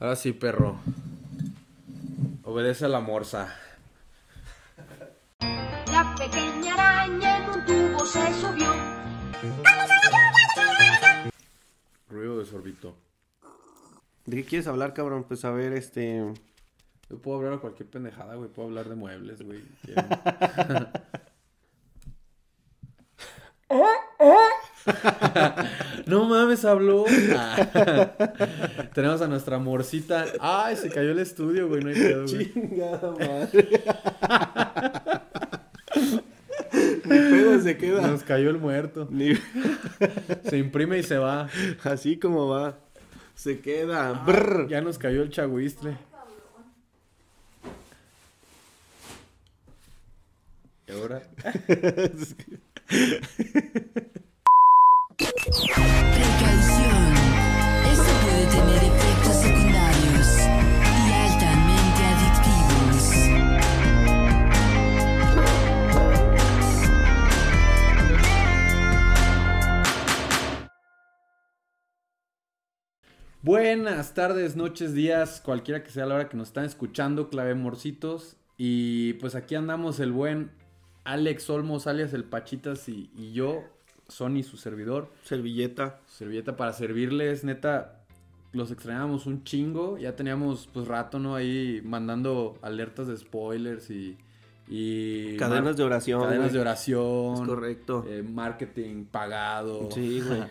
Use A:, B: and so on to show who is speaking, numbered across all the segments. A: Ahora sí, perro. Obedece a la morsa.
B: La pequeña araña en un tubo se subió.
A: Ruido de sorbito.
C: ¿De qué quieres hablar, cabrón? Pues a ver, este.
A: Yo puedo hablar de cualquier pendejada, güey. Puedo hablar de muebles, güey. Que- no mames, habló. Tenemos a nuestra morcita. Ay, se cayó el estudio, güey. No hay pedo, güey.
C: Chingada madre. Ni pedo se queda.
A: Nos cayó el muerto.
C: Ni-
A: Se imprime y se va.
C: Así como va. Se queda.
A: Ah.
C: Brr.
A: Ya nos cayó el chagüistle. Y ahora.
D: Precaución. Esto puede tener efectos secundarios y altamente adictivos.
A: Buenas tardes, noches, días, cualquiera que sea la hora que nos están escuchando, clavemorcitos. Y pues aquí andamos el buen Alex Olmos, alias el Pachitas y, y yo, Sony, su servidor.
C: Servilleta.
A: Servilleta para servirles, neta, los extrañábamos un chingo. Ya teníamos pues rato, ¿no? Ahí mandando alertas de spoilers y... y
C: Cadenas de oración.
A: Cadenas
C: güey.
A: de oración.
C: Es correcto.
A: eh, marketing pagado.
C: Sí, güey.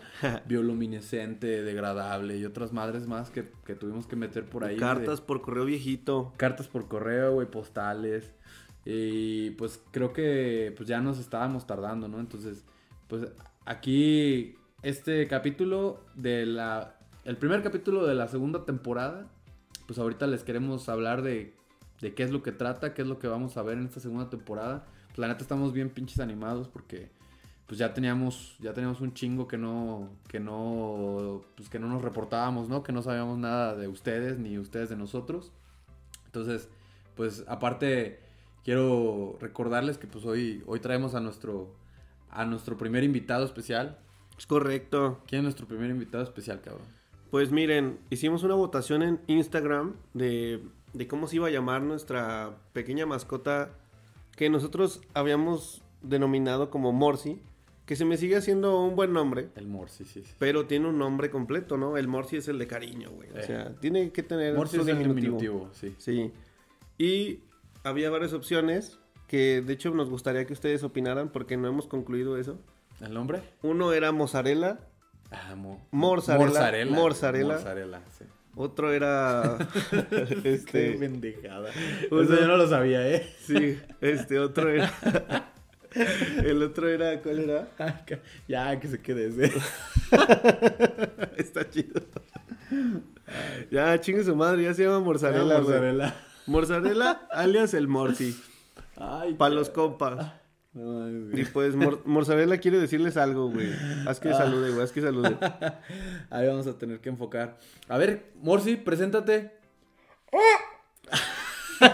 A: bioluminescente, degradable y otras madres más que, que tuvimos que meter por ahí.
C: Cartas
A: güey.
C: por correo viejito.
A: Cartas por correo, güey, postales. Y pues creo que pues ya nos estábamos tardando, ¿no? Entonces, pues aquí este capítulo de la... El primer capítulo de la segunda temporada, pues ahorita les queremos hablar de, de qué es lo que trata, qué es lo que vamos a ver en esta segunda temporada. Pues la neta estamos bien pinches animados porque pues ya teníamos ya teníamos un chingo que no que no pues que no nos reportábamos, ¿no? Que no sabíamos nada de ustedes ni ustedes de nosotros. Entonces, pues aparte quiero recordarles que pues hoy hoy traemos a nuestro a nuestro primer invitado especial.
C: Es correcto.
A: ¿Quién es nuestro primer invitado especial, cabrón?
C: Pues miren, hicimos una votación en Instagram de, de cómo se iba a llamar nuestra pequeña mascota que nosotros habíamos denominado como Morsi, que se me sigue haciendo un buen nombre,
A: El Morsi, sí, sí.
C: pero tiene un nombre completo, ¿no? El Morsi es el de cariño, güey. O
A: Eh.
C: sea, tiene que tener
A: Morsi
C: su
A: es el diminutivo, sí.
C: Sí. Y había varias opciones que de hecho nos gustaría que ustedes opinaran porque no hemos concluido eso.
A: ¿El nombre?
C: Uno era mozzarella,
A: Ah, mo-
C: Morzarela.
A: Morzarela.
C: Morzarela.
A: Morzarela, sí.
C: otro era
A: Qué
C: este
A: bendejada.
C: Uno-
A: Eso yo no lo sabía, ¿eh?
C: Sí, este otro era. El otro era, ¿cuál era?
A: ya, que se quede ese.
C: Está chido. Ya, chingue su madre, ya se llama mozzarella. Morzarela.
A: Ah, Morzarela.
C: Morzarela alias el Morsi.
A: Ay,
C: Para los compas.
A: No, mames,
C: Y
A: güey.
C: pues, mor- mozzarella quiere decirles algo, güey. Haz que salude, güey, haz que salude.
A: Ahí vamos a tener que enfocar. A ver, Morsi, preséntate.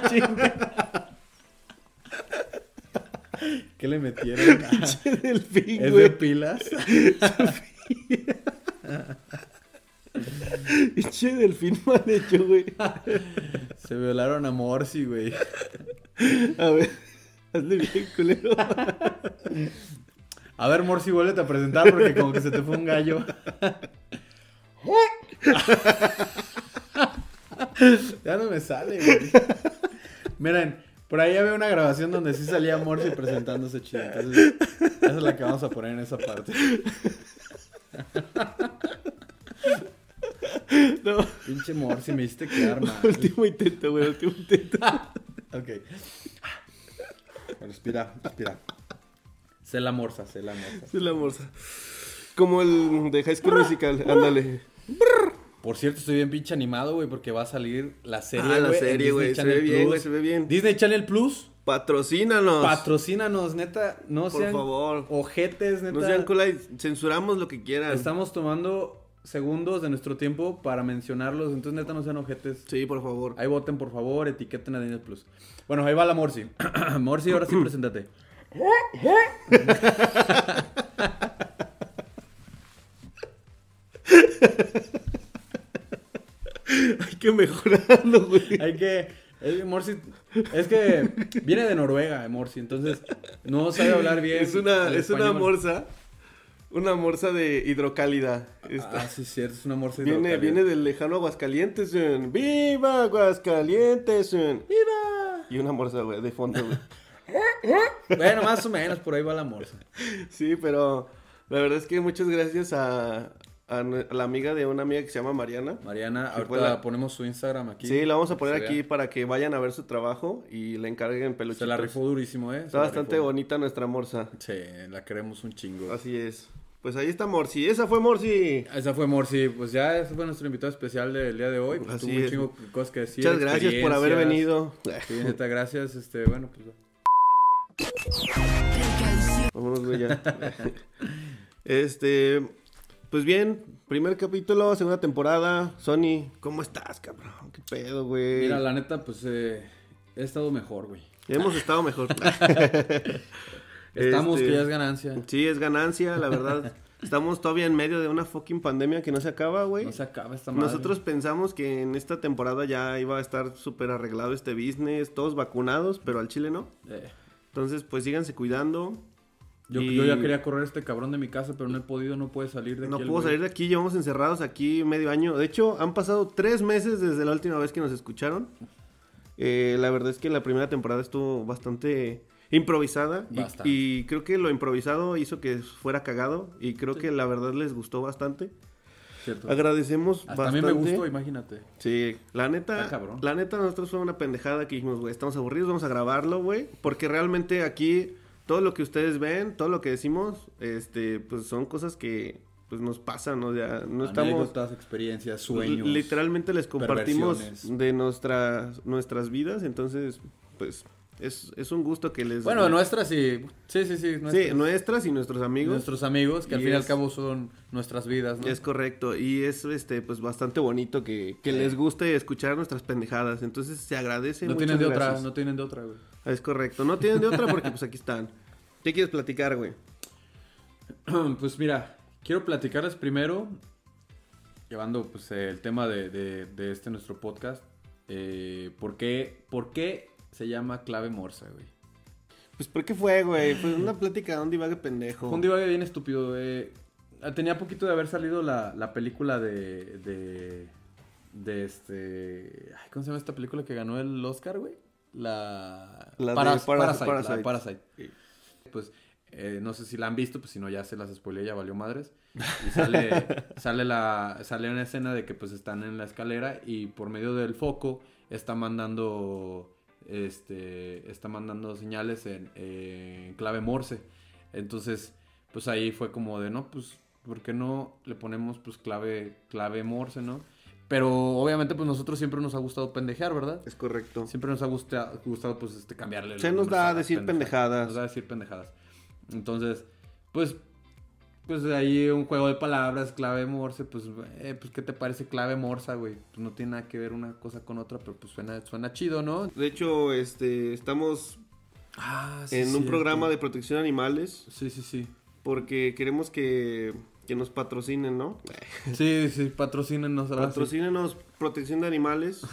A: Chinga. ¿Qué le metieron? Ah,
C: El fin,
A: ¿Es de
C: güey.
A: pilas?
C: Pinche delfín mal hecho, güey.
A: Se violaron a Morsi, güey.
C: A ver, hazle bien, culero.
A: A ver, Morsi, vuélvete a presentar porque como que se te fue un gallo. ya no me sale, güey. Miren, por ahí había una grabación donde sí salía Morsi presentándose chido. Entonces, esa es la que vamos a poner en esa parte.
C: No,
A: Pinche Morsi, me hiciste quedar mal.
C: último intento, güey, último intento.
A: Ok. Respira, respira. Se la morsa, se la morsa.
C: Es la morsa. Como el de High School Musical, ándale.
A: Por cierto, estoy bien pinche animado, güey, porque va a salir la serie,
C: Ah, la
A: güey, en
C: serie,
A: Disney
C: güey, se
A: Channel
C: ve bien,
A: Plus.
C: güey, se ve bien.
A: Disney Channel Plus,
C: Patrocínanos.
A: patrocínanos, neta, no
C: Por
A: sean
C: favor.
A: ojetes, neta.
C: no sean culais, censuramos lo que quieran.
A: Estamos tomando segundos de nuestro tiempo para mencionarlos, entonces neta no sean ojetes.
C: Sí, por favor.
A: Ahí voten, por favor, etiqueten a Disney Plus. Bueno, ahí va la Morsi. Morsi, ahora sí, preséntate.
C: Hay que mejorarlo, güey.
A: Hay que. Es que Morsi. Es que viene de Noruega, eh, Morsi. Entonces, no sabe hablar bien.
C: Es una,
A: el
C: es una
A: español.
C: morsa. Una morsa de hidrocálida. Esta.
A: Ah, sí, es cierto, es una morsa.
C: viene,
A: hidrocálida.
C: viene del lejano Aguascalientes. en- ¡Viva Aguascalientes! en-
A: ¡Viva!
C: Y una morsa, güey, de fondo, güey.
A: Bueno, más o menos, por ahí va la morsa.
C: Sí, pero la verdad es que muchas gracias a, a nu- a la amiga de una amiga que se llama Mariana.
A: Mariana,
C: Sí,
A: ahorita
C: fue la-
A: ponemos su Instagram aquí.
C: Sí, la vamos a
A: para que
C: poner
A: se
C: aquí
A: vea.
C: para que vayan a ver su trabajo y le encarguen
A: Se
C: peluchitos.
A: la rifó durísimo, ¿eh? Se
C: Está
A: la
C: bastante
A: rifó.
C: bonita nuestra morsa.
A: Sí, la queremos un chingo.
C: Así es. Pues ahí está Morsi. Esa fue Morsi.
A: Esa fue Morsi, pues ya ese fue nuestro invitado especial del día de hoy. Pues
C: Así
A: tuvo un
C: es.
A: chingo de cosas que decir.
C: Muchas gracias por haber
A: experiencias.
C: venido.
A: Sí, neta, gracias. Este, bueno, pues.
D: Precaución.
C: Vámonos, güey, ya. este. Pues bien, primer capítulo, segunda temporada. Sony, ¿cómo estás, cabrón? ¿Qué pedo, güey?
A: Mira, la neta, pues eh, he estado mejor, güey.
C: Hemos estado mejor.
A: Estamos,
C: Este,
A: que ya es ganancia.
C: Sí, es ganancia, la verdad. Estamos todavía en medio de una fucking pandemia que no se acaba, güey.
A: No se acaba esta madre.
C: Nosotros pensamos que en esta temporada ya iba a estar súper arreglado este business, todos vacunados, pero al chile no.
A: Eh,
C: Entonces, pues síganse cuidando.
A: yo,
C: Y-
A: yo ya quería correr a este cabrón de mi casa, pero no he podido, no puede salir de
C: No
A: aquí. el
C: puedo
A: güey.
C: salir de aquí, llevamos encerrados aquí medio año. De hecho, han pasado tres meses desde la última vez que nos escucharon. Eh, la verdad es que la primera temporada estuvo bastante improvisada. y-
A: Bastante.
C: Y, creo que lo improvisado hizo que fuera cagado. Y creo que la verdad les gustó bastante.
A: Cierto.
C: Agradecemos
A: Hasta a mí
C: bastante.
A: me gustó, imagínate.
C: Sí, la neta,
A: Está cabrón.
C: la neta nosotros fue una pendejada que dijimos, güey, estamos aburridos, vamos a grabarlo, güey, porque realmente aquí todo lo que ustedes ven, todo lo que decimos, este, pues son cosas que pues nos pasan, o sea, no estamos pues,
A: Anécdotas, experiencias, sueños.
C: l- literalmente les compartimos
A: perversiones.
C: de nuestras nuestras vidas, entonces pues es, es un gusto que les
A: Bueno, nuestras sí. Sí, sí, sí. Nuestras,
C: sí, nuestras y nuestros amigos.
A: Nuestros amigos, que al
C: Y
A: fin y al
C: es-
A: cabo son nuestras vidas, ¿no?
C: Es correcto, y es este pues bastante bonito que, que les guste escuchar nuestras pendejadas, entonces se agradece.
A: no
C: muchas
A: tienen de otra,
C: gracias.
A: no tienen de otra, güey.
C: Es correcto, no tienen de otra porque pues aquí están. ¿Qué quieres platicar, güey?
A: Pues mira, quiero platicarles primero, llevando pues el tema de, de- de este nuestro podcast, eh, ¿por, qué, por qué se llama clave morsa, güey?
C: Pues ¿por qué fue, güey? Pues una plática de un divague pendejo.
A: Fue un divague bien estúpido, eh, Tenía poquito de haber salido la, la película de, de, de este... ay, ¿Cómo se llama esta película que ganó el Oscar, güey? La...
C: La de
A: Paras-
C: Paras-
A: Parasite, la de
C: Parasite.
A: Parasite.
C: Sí.
A: Pues eh, no sé si la han visto, pues si no ya se las spoileé, ya valió madres. Y sale, sale, la, sale una escena de que pues están en la escalera y por medio del foco está mandando este está mandando señales en, en clave morse. Entonces, pues ahí fue como de, no, pues ¿por qué no le ponemos pues clave clave morse, no? Pero obviamente pues nosotros siempre nos ha gustado pendejear, ¿verdad?
C: Es correcto.
A: Siempre nos ha gusta- gustado, pues, este, cambiarle. los
C: Se nos
A: nombres
C: da
A: a
C: a
A: las
C: decir pendejadas.
A: Nos da a decir pendejadas. Entonces, pues, pues de ahí un juego de palabras, clave morse, pues, eh, pues, ¿qué te parece clave morsa, güey? Pues no tiene nada que ver una cosa con otra, pero pues suena, suena chido, ¿no?
C: De hecho, este, estamos
A: Ah,
C: en un programa de protección de animales
A: Sí, sí, sí.
C: porque queremos que, que nos patrocinen, ¿no?
A: Sí, sí, patrocínenos. ahora sí.
C: Patrocínenos protección de animales.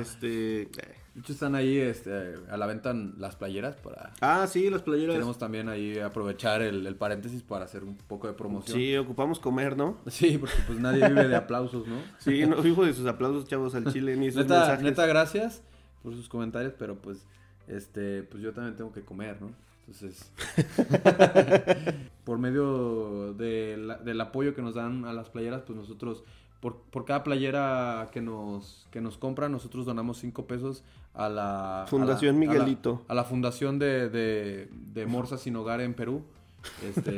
C: este...
A: De hecho, están ahí este, a la venta en las playeras para...
C: Ah, sí, las playeras.
A: Queremos también ahí aprovechar el, el paréntesis para hacer un poco de promoción.
C: Sí, ocupamos comer, ¿no?
A: Sí, porque pues nadie vive de aplausos, ¿no?
C: Sí, no vivo de sus aplausos, chavos, al chile, ni sus
A: Neta,
C: mensajes.
A: neta, gracias por sus comentarios, pero pues, este, pues yo también tengo que comer, ¿no? Entonces, por medio de la- del apoyo que nos dan a las playeras, pues nosotros, por, por cada playera que nos, que nos compra, nosotros donamos 5 pesos a la... a la-
C: Fundación
A: a la-
C: Miguelito.
A: A la, fundación de, de, de Morsa Sin Hogar en Perú. Este,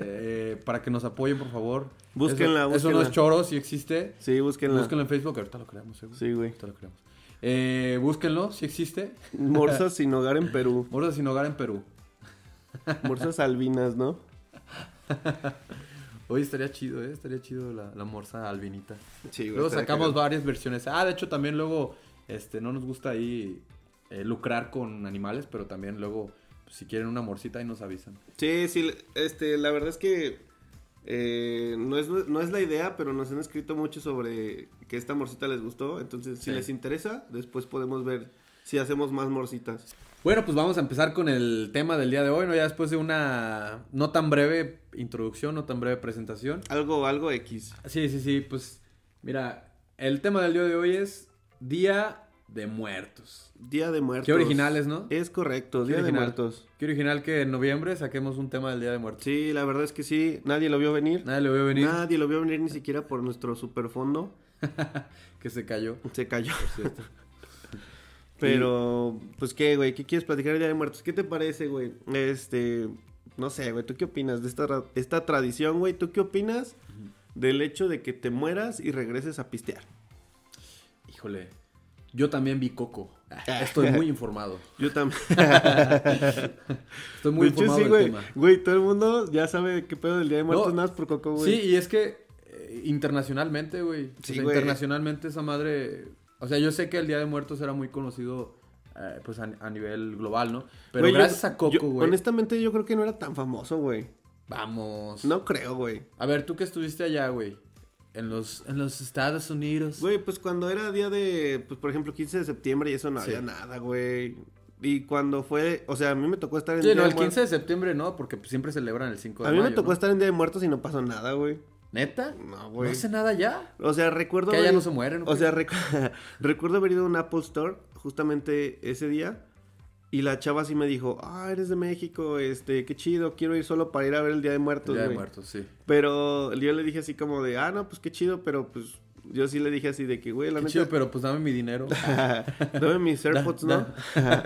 A: eh, para que nos apoyen, por favor.
C: Búsquenla,
A: Eso- Eso no
C: búsquenla.
A: es choro, si existe.
C: Sí, búsquenla.
A: Búsquenlo en Facebook, ahorita lo creamos, eh, güey.
C: Sí, güey.
A: Ahorita lo creamos. Eh, búsquenlo, si existe.
C: Morsas sin hogar en Perú.
A: Morsa sin hogar en Perú.
C: Morsas albinas, ¿no?
A: Hoy estaría chido, ¿eh? Estaría chido la, la morsa albinita.
C: Sí,
A: luego sacamos varias versiones. Ah, de hecho, también luego, este, no nos gusta ahí eh, lucrar con animales, pero también luego, pues, si quieren una morsita, ahí nos avisan.
C: Sí, sí, este, la verdad es que eh, no, es, no es la idea, pero nos han escrito mucho sobre que esta morcita les gustó. Entonces, si
A: Sí.
C: les interesa, después podemos ver si hacemos más morcitas.
A: Bueno, pues vamos a empezar con el tema del día de hoy, ¿no? Ya después de una no tan breve introducción, no tan breve presentación.
C: Algo, algo X.
A: Sí, sí, sí, pues mira, el tema del día de hoy es Día de Muertos.
C: Día de muertos.
A: Qué originales, ¿no?
C: Es correcto,
A: Qué
C: Día de
A: original.
C: muertos.
A: Qué original que en noviembre saquemos un tema del Día de Muertos.
C: Sí, la verdad es que sí, nadie lo vio venir.
A: Nadie le vio venir
C: Nadie lo vio venir ni siquiera por nuestro superfondo.
A: que se cayó.
C: Se cayó.
A: cierto.
C: Pero, pues qué, güey, ¿qué quieres platicar el Día de Muertos? ¿Qué te parece, güey? Este, no sé, güey, ¿tú qué opinas de esta, ra- esta tradición, güey? ¿Tú qué opinas del hecho de que te mueras y regreses a pistear?
A: Híjole, yo también vi Coco. Ah, Estoy muy informado.
C: Yo también.
A: Estoy muy
C: de hecho,
A: informado
C: sí,
A: del
C: güey.
A: tema.
C: Güey, todo el mundo ya sabe qué pedo del Día de Muertos,
A: No.
C: nada más por Coco, güey.
A: Sí, y es que eh, internacionalmente, güey. O
C: Sí,
A: sea,
C: güey.
A: internacionalmente esa madre. O sea, yo sé que el Día de Muertos era muy conocido eh, pues a, a nivel global, ¿no? Pero
C: Güey, yo-
A: gracias a
C: yo-
A: Coco, güey.
C: Honestamente, yo creo que no era tan famoso, güey.
A: Vamos.
C: No creo, güey.
A: A ver, tú que estuviste allá, güey. En los, en los Estados Unidos.
C: Güey, pues cuando era día de, pues por ejemplo, 15 de septiembre y eso no
A: Sí.
C: había nada, güey. Y cuando fue, o sea, a mí me tocó estar en
A: Sí,
C: Día
A: no,
C: de
A: el
C: Muer-
A: 15 de septiembre no, porque pues, siempre celebran el 5 de
C: A mí me
A: mayo,
C: tocó
A: ¿no?
C: estar en Día de Muertos y no pasó nada, güey.
A: ¿Neta?
C: No, güey.
A: No hace nada ya.
C: O sea, recuerdo...
A: Que allá
C: haber-
A: no se mueren, ¿o
C: O
A: qué?
C: sea, recu- recuerdo haber ido a un Apple Store justamente ese día y la chava sí me dijo, ah, eres de México, este, qué chido, quiero ir solo para ir a ver el Día de
A: El
C: Muertos,
A: Día de
C: güey".
A: Muertos, sí.
C: Pero yo le dije así como de, ah, no, pues qué chido, pero pues yo sí le dije así de que, güey, la
A: Qué
C: neta...
A: chido, pero pues dame mi dinero.
C: Dame mis AirPods,
A: Da-
C: ¿no?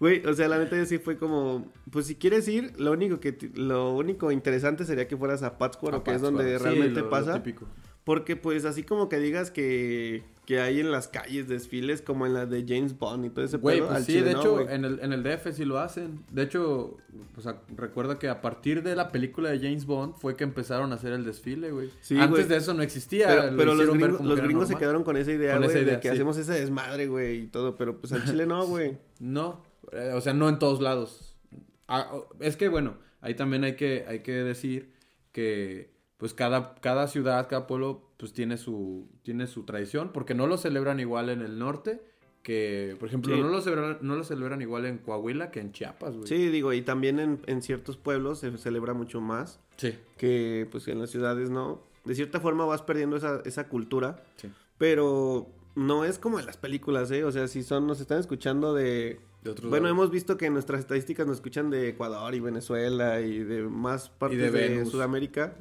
C: Güey, o sea, la neta yo sí fue como, pues si quieres ir, lo único que ti- lo único interesante sería que fueras a Pátzcuaro, que es donde
A: Ah, Sí,
C: realmente
A: lo- lo
C: pasa,
A: típico.
C: porque pues así como que digas que que hay en las calles desfiles como en la de James Bond y todo ese
A: Güey,
C: pedo,
A: pues
C: al
A: sí,
C: chile
A: de
C: no,
A: hecho,
C: güey.
A: en el, en el DF sí lo hacen. De hecho, o sea, recuerda que a partir de la película de James Bond fue que empezaron a hacer el desfile, güey.
C: Sí,
A: Antes
C: güey.
A: de eso no existía.
C: pero,
A: lo
C: pero los
A: hicieron ver
C: gringos,
A: como
C: los
A: que era
C: gringos se
A: normal.
C: quedaron con esa idea,
A: Con esa
C: güey, de
A: idea,
C: que
A: sí.
C: hacemos ese desmadre, güey, y todo, pero pues al chile no, güey.
A: No, eh, o sea, no en todos lados. Ah, o- es que, bueno, ahí también hay que, hay que decir que, pues, cada, cada ciudad, cada pueblo, pues, tiene su, tiene su tradición, porque no lo celebran igual en el norte que, por ejemplo,
C: Sí.
A: no, lo celebran, no lo celebran igual en Coahuila que en Chiapas, güey.
C: Sí, digo, y también en, en ciertos pueblos se celebra mucho más.
A: Sí,
C: que pues en las ciudades no. De cierta forma vas perdiendo esa, esa cultura,
A: sí.
C: pero no es como en las películas, ¿eh? O sea, si son, nos están escuchando de...
A: De otros
C: bueno,
A: lados.
C: hemos visto que nuestras estadísticas nos escuchan de Ecuador y Venezuela y de más partes
A: de
C: de,
A: Venus.
C: Sudamérica.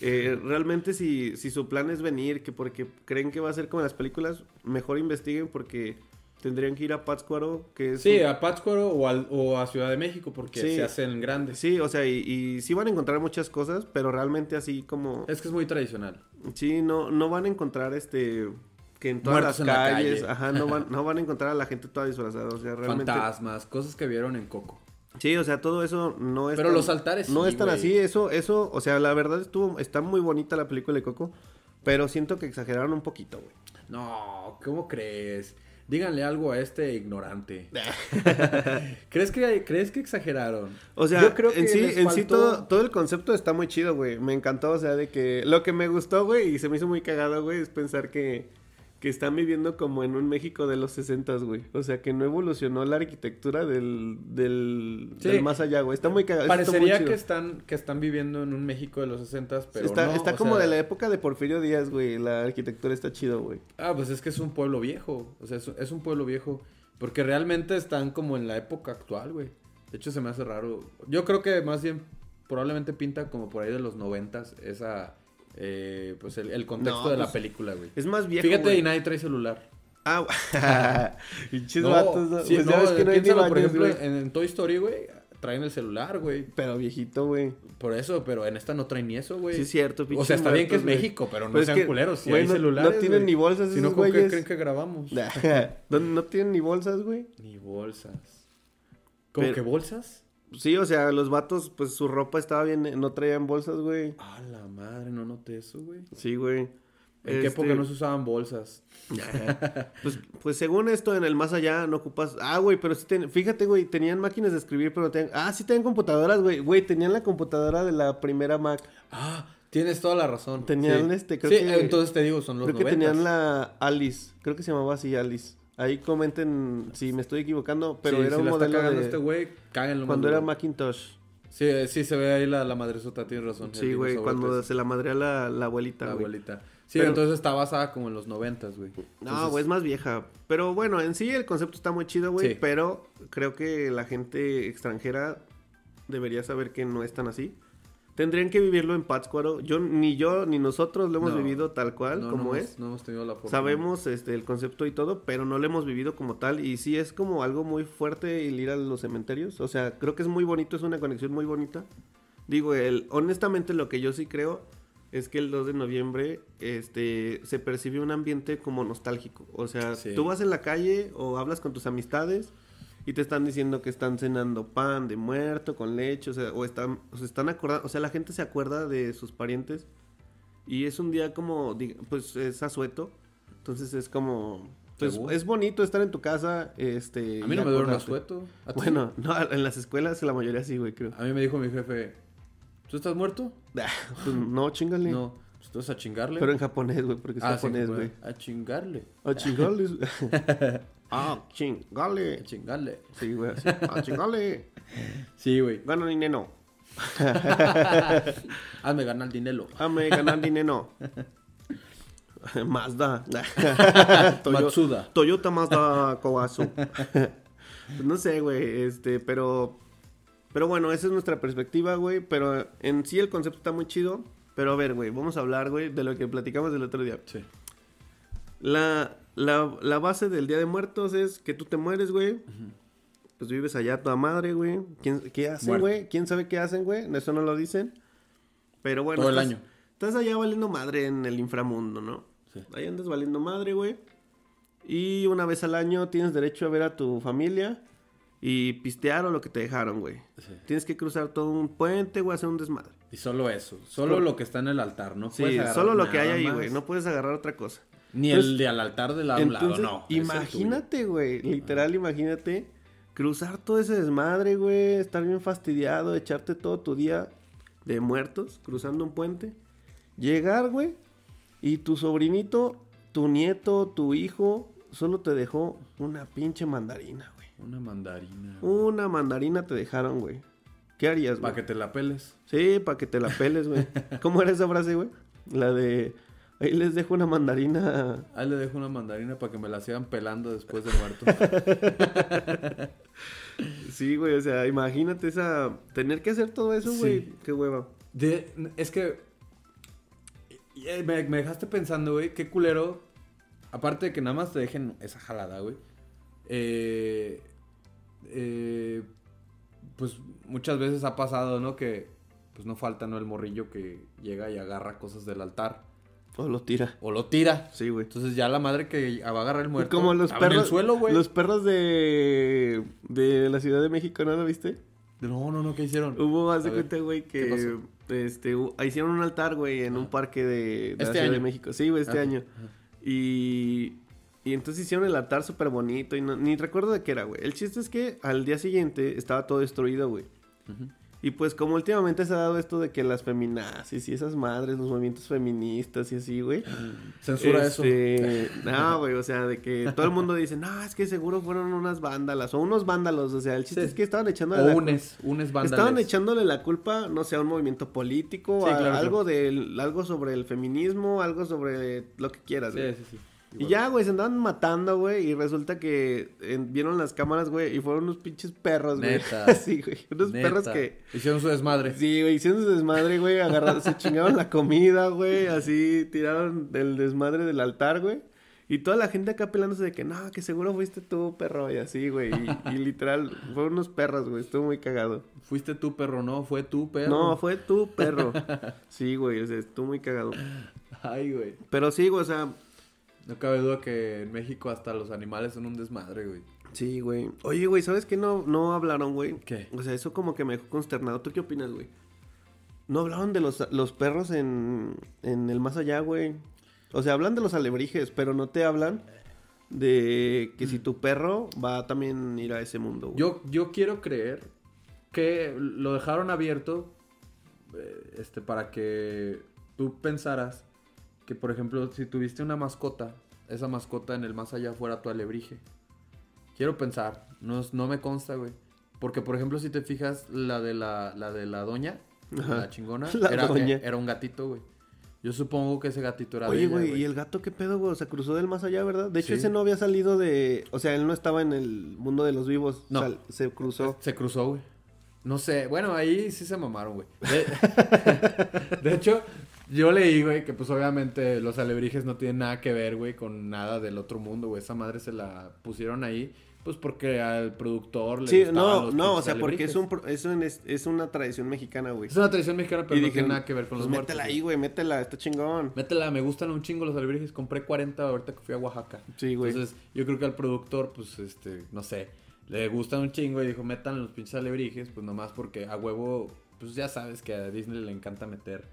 C: Eh, realmente si, si su plan es venir, que porque creen que va a ser como en las películas, mejor investiguen porque tendrían que ir a Pátzcuaro, que es...
A: Sí,
C: un-
A: a Pátzcuaro o, al- o a Ciudad de México porque
C: Sí.
A: se hacen grandes.
C: sí, o sea, y, y sí van a encontrar muchas cosas, pero realmente así como...
A: Es que es muy tradicional.
C: Sí, no, no van a encontrar este que en todas
A: Muertos
C: las
A: en la
C: calles,
A: calle.
C: ajá, no van, no van a encontrar a la gente toda disfrazada, o sea, realmente.
A: Fantasmas, cosas que vieron en Coco.
C: Sí, o sea, todo eso no es
A: Pero los altares
C: no
A: sí,
C: es tan
A: güey.
C: así, eso eso, o sea, la verdad estuvo está muy bonita la película de Coco, pero siento que exageraron un poquito, güey.
A: No, ¿cómo crees? Díganle algo a este ignorante. ¿Crees que, ¿Crees que exageraron?
C: O sea,
A: Yo creo que
C: en sí,
A: les
C: en sí
A: faltó-
C: todo, todo el concepto está muy chido, güey. Me encantó, o sea, de que lo que me gustó, güey, y se me hizo muy cagado, güey, es pensar que, que están viviendo como en un México de los 60, güey. O sea, que no evolucionó la arquitectura del, del,
A: Sí.
C: del más allá, güey. Está muy cagado. eso está muy
A: Parecería
C: chido.
A: que están, que están viviendo en un México de los 60, pero
C: está,
A: no,
C: está
A: o
C: como
A: sea,
C: de la época de Porfirio Díaz, güey. La arquitectura está chido, güey.
A: Ah, pues es que es un pueblo viejo. O sea, es, es un pueblo viejo. Porque realmente están como en la época actual, güey. De hecho, se me hace raro. Yo creo que más bien probablemente pinta como por ahí de los 90 esa... eh, pues el, el contexto
C: No,
A: de la
C: pues,
A: película, güey.
C: Es más viejo.
A: Fíjate,
C: güey.
A: y nadie trae celular.
C: Ah, pinches
A: No,
C: vatos, ¿no?
A: sí,
C: Pues
A: no,
C: ya ves que no hay ni
A: piénsalo, por
C: baños,
A: ejemplo,
C: güey.
A: en, en Toy Story, güey, traen el celular, güey.
C: Pero viejito, güey.
A: Por eso, pero en esta no traen ni eso, güey.
C: Sí, es cierto,
A: O
C: pinches
A: sea, está bien que es
C: muertos, güey.
A: México, pero no
C: Pues es
A: sean
C: que,
A: culeros. Si
C: güey,
A: hay
C: no- no
A: celulares,
C: tienen
A: güey.
C: ni bolsas
A: Si no,
C: esos
A: ¿con qué
C: güeyes?
A: creen que grabamos?
C: no, no tienen ni bolsas, güey.
A: Ni bolsas. ¿Cómo
C: Pero-
A: que bolsas?
C: Sí, o sea, los vatos, pues su ropa estaba bien, eh, no traían bolsas, güey.
A: A la madre, no noté eso, güey.
C: Sí, güey.
A: ¿En qué época no se
C: Este,
A: usaban bolsas?
C: pues, pues según esto, en el más allá no ocupas. Ah, güey, pero sí ten- Fíjate, güey, tenían máquinas de escribir, pero no tenían. Ah, sí tenían computadoras, güey. Güey, tenían la computadora de la primera Mac.
A: Ah,
E: Tienes toda la razón.
C: Tenían,
E: sí.
C: este, creo
E: Sí,
C: que-
E: entonces te digo, son los
C: Creo que tenían
E: 90s.
C: la Alice, creo que se llamaba así Alice. Ahí comenten si me estoy equivocando, pero
A: Sí, si
C: era un
A: la está
C: modelo
A: cagando
C: de
A: este güey, cáguenlo.
C: cuando
A: más
C: era
A: duro.
C: Macintosh.
E: Sí, eh, sí, se ve ahí la, la madresota, tienes razón. el
C: Sí, güey,
E: dinosaurio
C: cuando
E: pez,
C: se la madrea la, la abuelita,
E: La
C: güey.
E: abuelita. Sí,
C: Pero-
E: entonces está basada como en los noventas, güey.
C: No,
E: Entonces,
C: güey, es más vieja. Pero bueno, en sí el concepto está muy chido, güey.
E: Sí.
C: Pero creo que la gente extranjera debería saber que no es tan así. Tendrían que vivirlo en Pátzcuaro. Yo, ni yo, ni nosotros lo hemos
E: No.
C: vivido tal cual,
E: no,
C: como
E: no
C: es.
E: hemos- no hemos tenido la oportunidad.
C: Sabemos este, el concepto y todo, pero no lo hemos vivido como tal. Y sí es como algo muy fuerte el ir a los cementerios. O sea, creo que es muy bonito, es una conexión muy bonita. Digo, el, honestamente lo que yo sí creo es que el 2 de noviembre este, se percibe un ambiente como nostálgico. O sea,
E: Sí.
C: tú vas en la calle o hablas con tus amistades y te están diciendo que están cenando pan de muerto con leche, o sea, o están, o se están acordando, o sea, la gente se acuerda de sus parientes y es un día como, diga- pues es asueto, entonces es como, pues
E: gusta?
C: es bonito estar en tu casa, este.
E: A mí
C: y
E: no me dieron un
C: acordarte.
E: asueto. ¿A ti? Ah.
C: Bueno, no, en las escuelas la mayoría sí, güey, creo.
E: A mí me dijo mi jefe, ¿tú estás muerto?
C: Pues, no, chingale.
E: No. "Pues, ¿Tú vas a chingarle?
C: Pero en japonés, güey, porque es
E: Ah, sí,
C: japonés,
E: güey.
C: güey.
E: A chingarle.
C: Ah, chingales. ah, chingale.
E: A chingarle.
C: Sí, güey, así, ah, chingale.
E: Sí, güey.
C: Gana dinero.
E: Hazme ganar dinero.
C: Hazme ganar dinero. Mazda.
E: Matsuda.
C: Toyota Mazda Kobasu. Pues no sé, güey, este, pero... Pero bueno, esa es nuestra perspectiva, güey, pero en sí el concepto está muy chido. Pero a ver, güey, vamos a hablar, güey, de lo que platicamos el otro día.
E: Sí.
C: La, la, la base del Día de Muertos es que tú te mueres, güey. Pues vives allá toda madre, güey. ¿Quién- ¿Qué hacen,
E: Muerto.
C: güey? ¿Quién sabe qué hacen, güey? Eso no lo dicen. Pero bueno.
E: Todo el
C: estás-
E: año.
C: Estás allá valiendo madre en el inframundo, ¿no?
E: Sí.
C: Ahí andas valiendo madre, güey. Y una vez al año tienes derecho a ver a tu familia y pistear o lo que te dejaron, güey.
E: Sí.
C: Tienes que cruzar todo un puente, güey, hacer un desmadre.
A: Y solo eso, solo lo que está en el altar, ¿no? puedes
C: Sí,
A: agarrar
C: solo lo que hay
A: nada
C: ahí,
A: más.
C: güey. No puedes agarrar otra cosa.
A: Ni el de al altar del lado, a un lado,
C: Entonces,
A: no. es el Ah.
C: imagínate, güey, literal, imagínate cruzar todo ese desmadre, güey, estar bien fastidiado, echarte todo tu día de muertos, cruzando un puente, llegar, güey, y tu sobrinito, tu nieto, tu hijo, solo te dejó una pinche mandarina, güey.
A: tuyo. Una mandarina.
C: Una mandarina te dejaron, güey. ¿Qué harías, güey?
A: Para que te la peles.
C: Sí, para que te la peles, güey. ¿Cómo era esa frase, güey? La de, ahí les dejo una mandarina
A: Ahí le dejo una mandarina para que me la sigan pelando después de muerto.
C: Sí, güey, o sea, imagínate esa... Tener que hacer todo eso,
A: Sí.
C: güey. Qué hueva.
A: De- es que y- y me, me dejaste pensando, güey, qué culero. Aparte de que nada más te dejen esa jalada, güey. Eh, eh, pues muchas veces ha pasado, ¿no? Que pues no falta, ¿no? El morrillo que llega y agarra cosas del altar.
C: O lo tira.
A: O lo tira.
C: Sí, güey.
A: Entonces ya la madre que va a agarrar el muerto.
C: Pues Como los
A: estaba
C: perros...
A: En el suelo, güey.
C: Los perros de... De la Ciudad de México, ¿no lo viste?
A: No, no, no, ¿qué hicieron?
C: Hubo, haz
A: A
C: de
A: ver,
C: cuenta, güey,
A: ¿qué
C: que...
A: pasó?
C: Este, hu- hicieron un altar, güey, en un parque de, de la
A: Este
C: Ciudad de
A: año.
C: México. Sí, güey, este
A: Ah,
C: año. Y... Y entonces hicieron el altar súper bonito y no- ni recuerdo de qué era, güey. El chiste es que al día siguiente estaba todo destruido, güey.
A: Ujú.
C: Y pues como últimamente se ha dado esto de que las feminazis y esas madres, los movimientos feministas y así, güey.
A: Ah, Censura eso.
C: este, No, güey, o sea, de que todo el mundo dice, no, es que seguro fueron unas vándalas o unos vándalos. O sea, el chiste
A: Sí.
C: es que estaban echándole
A: O
C: la
A: unes, unes
C: culpa.
A: vándales.
C: Estaban echándole la culpa, no sé, a un movimiento político,
A: Sí,
C: a-
A: claro,
C: algo, del, algo sobre el feminismo, algo sobre lo que quieras, güey.
A: Sí, sí, sí.
C: Y ya, güey, se andaban matando, güey, y resulta que eh, vieron las cámaras, güey, y fueron unos pinches perros, güey.
A: Neta.
C: Así, güey. Unos
A: Neta.
C: perros que...
A: Hicieron su desmadre.
C: Sí, güey, hicieron su desmadre, güey, agarraron, se chingaron la comida, güey, así tiraron el desmadre del altar, güey. Y toda la gente acá pelándose de que, no, que seguro fuiste tú, perro, y así, güey. Y, y literal, fueron unos perros, güey, estuvo muy cagado.
A: Fuiste tú, perro, no, fue tú, perro.
C: No, fue tú, perro. Sí, güey, o sea, estuvo muy cagado.
A: Ay, güey.
C: Pero sí, güey, o sea,
A: No cabe duda que en México hasta los animales son un desmadre, güey.
C: sí, güey. Oye, güey, ¿sabes qué no, no hablaron, güey?
A: ¿Qué?
C: O sea, eso como que me dejó consternado. ¿Tú qué opinas, güey? No hablaron de los, los perros en, en el más allá, güey. O sea, hablan de los alebrijes, pero no te hablan de que si tu perro va a también ir a ese mundo, güey.
A: Yo, yo quiero creer que lo dejaron abierto eh, este, para que tú pensaras que, por ejemplo, si tuviste una mascota, esa mascota en el más allá fuera tu alebrije. Quiero pensar, no, es- no me consta, güey. Porque, por ejemplo, si te fijas, la de la, la, de la doña,
C: Ajá.
A: la chingona,
C: La
A: era,
C: doña.
A: era un gatito, güey. Yo supongo que ese gatito era de
C: Oye,
A: ella,
C: güey, ¿y el gato qué pedo, güey? O sea, cruzó del más allá, ¿verdad? De hecho,
A: Sí.
C: ese no había salido de... O sea, él no estaba en el mundo de los vivos.
A: No.
C: O sea, se cruzó.
A: Se cruzó, güey. No sé, bueno, ahí sí se mamaron, güey. De, de hecho, yo leí, güey, que pues obviamente los alebrijes no tienen nada que ver, güey, con nada del otro mundo, güey. Esa madre se la pusieron ahí, pues porque al productor le
C: Sí,
A: gustaban
C: no,
A: los
C: no, o
A: pinches
C: sea, porque es,
A: alebrijes.
C: un, pro- es, un- es- es una tradición mexicana, güey.
A: Es una tradición mexicana, pero
C: Y
A: no
C: dije,
A: tiene nada que ver con
C: pues
A: los muertos.
C: métela
A: güey.
C: ahí, güey, métela, está chingón.
A: Métela, me gustan un chingo los alebrijes. Compré 40 ahorita que fui a Oaxaca.
C: Sí, güey.
A: Entonces, yo creo que al productor, pues, este, no sé, le gustan un chingo y dijo, metan los pinches alebrijes, pues nomás porque a huevo, pues ya sabes que a Disney le encanta meter,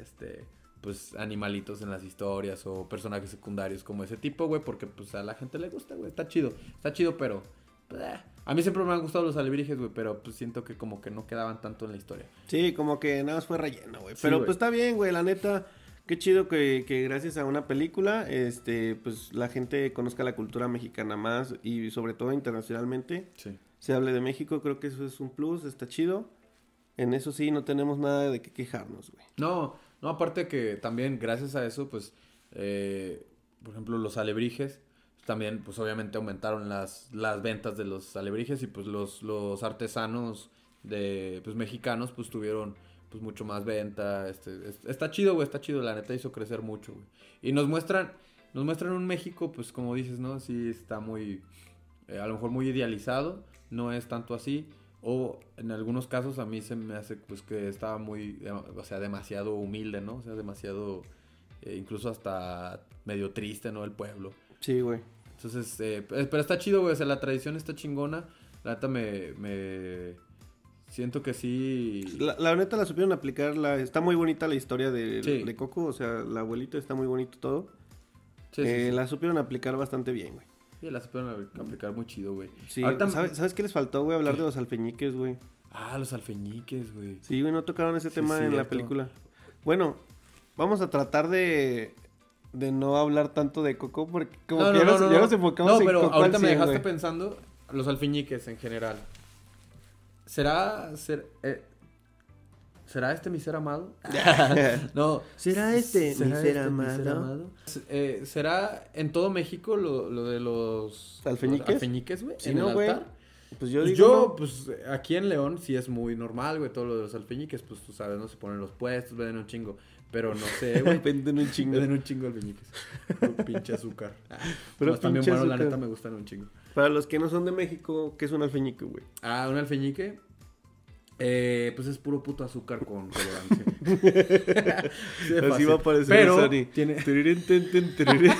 A: este, pues animalitos en las historias o personajes secundarios como ese tipo, güey, porque pues a la gente le gusta, güey, está chido, está chido, pero... bleh. A mí siempre me han gustado los alebrijes, güey, pero pues siento que como que no quedaban tanto en la historia.
C: Sí, como que nada más fue relleno, güey.
A: Sí,
C: Pero
A: güey.
C: pues está bien, güey, la neta. Qué chido que, que gracias a una película, este, pues la gente conozca la cultura mexicana más y sobre todo internacionalmente.
A: Sí.
C: Se hable de México, creo que eso es un plus, está chido. En eso sí, no tenemos nada de qué quejarnos, güey.
A: No, no, aparte que también gracias a eso, pues, eh, por ejemplo, los alebrijes, también, pues obviamente aumentaron las, las ventas de los alebrijes y pues los, los artesanos de, pues, mexicanos, pues tuvieron, pues, mucho más venta. Este, es- está chido, güey, está chido, la neta hizo crecer mucho, güey. Y nos muestran, nos muestran un México, pues, como dices, ¿no? Sí, está muy, eh, a lo mejor muy idealizado, no es tanto así. O en algunos casos a mí se me hace pues que estaba muy, eh, o sea, demasiado humilde, ¿no? O sea, demasiado, eh, incluso hasta medio triste, ¿no? El pueblo.
C: Sí, güey.
A: Entonces, eh, pe- pero está chido, güey. O sea, la tradición está chingona. La neta me, me siento que sí.
C: La, la neta la supieron aplicar, la, está muy bonita la historia de,
A: Sí.
C: de Coco, o sea, la abuelita está muy bonito todo.
A: Sí, sí,
C: Eh,
A: sí.
C: La supieron aplicar bastante bien, güey.
A: Sí, la supieron aplicar muy chido, güey.
C: Sí,
A: Ahorita-
C: ¿sabes, ¿sabes qué les faltó, güey? Hablar de los alfeñiques, güey.
A: Ah, los alfeñiques, güey.
C: Sí, güey, no tocaron ese
A: Sí,
C: tema en la
A: cierto.
C: película. Bueno, vamos a tratar de, de no hablar tanto de Coco porque como que ya, nos, ya nos enfocamos
A: No,
C: en
A: pero
C: Coco al
A: ahorita me
C: 100,
A: dejaste
C: güey.
A: pensando los alfiñiques en general. ¿Será ser, eh, será este mi ser amado? no.
C: ¿Será este mi ser amado?
A: S- eh, ¿Será en todo México lo, lo de los
C: ¿Alfeñiques?
A: los alfeñiques, güey?
C: Sí,
A: en
C: ¿no,
A: el
C: güey?
A: altar.
C: Pues
A: Yo,
C: yo digo no.
A: pues aquí en León sí es muy normal, güey, todo lo de los alfeñiques, pues tú sabes, no se ponen los puestos, venden un chingo, pero no sé, güey.
C: Venden un chingo.
A: Venden un chingo alfeñiques. Un pinche azúcar.
C: Pero
A: Pero están bien
C: pinche
A: buenos, la
C: azúcar.
A: neta me gustan un chingo.
C: Para los que no son de México, ¿qué es un alfeñique, güey?
A: Ah, un alfeñique. Eh, pues es puro puto azúcar con colorante. Así de
C: Así
A: fácil.
C: va a parecer
A: Pero
C: Sani.
A: tiene-
C: Tirirín, tin, tin, tirirín.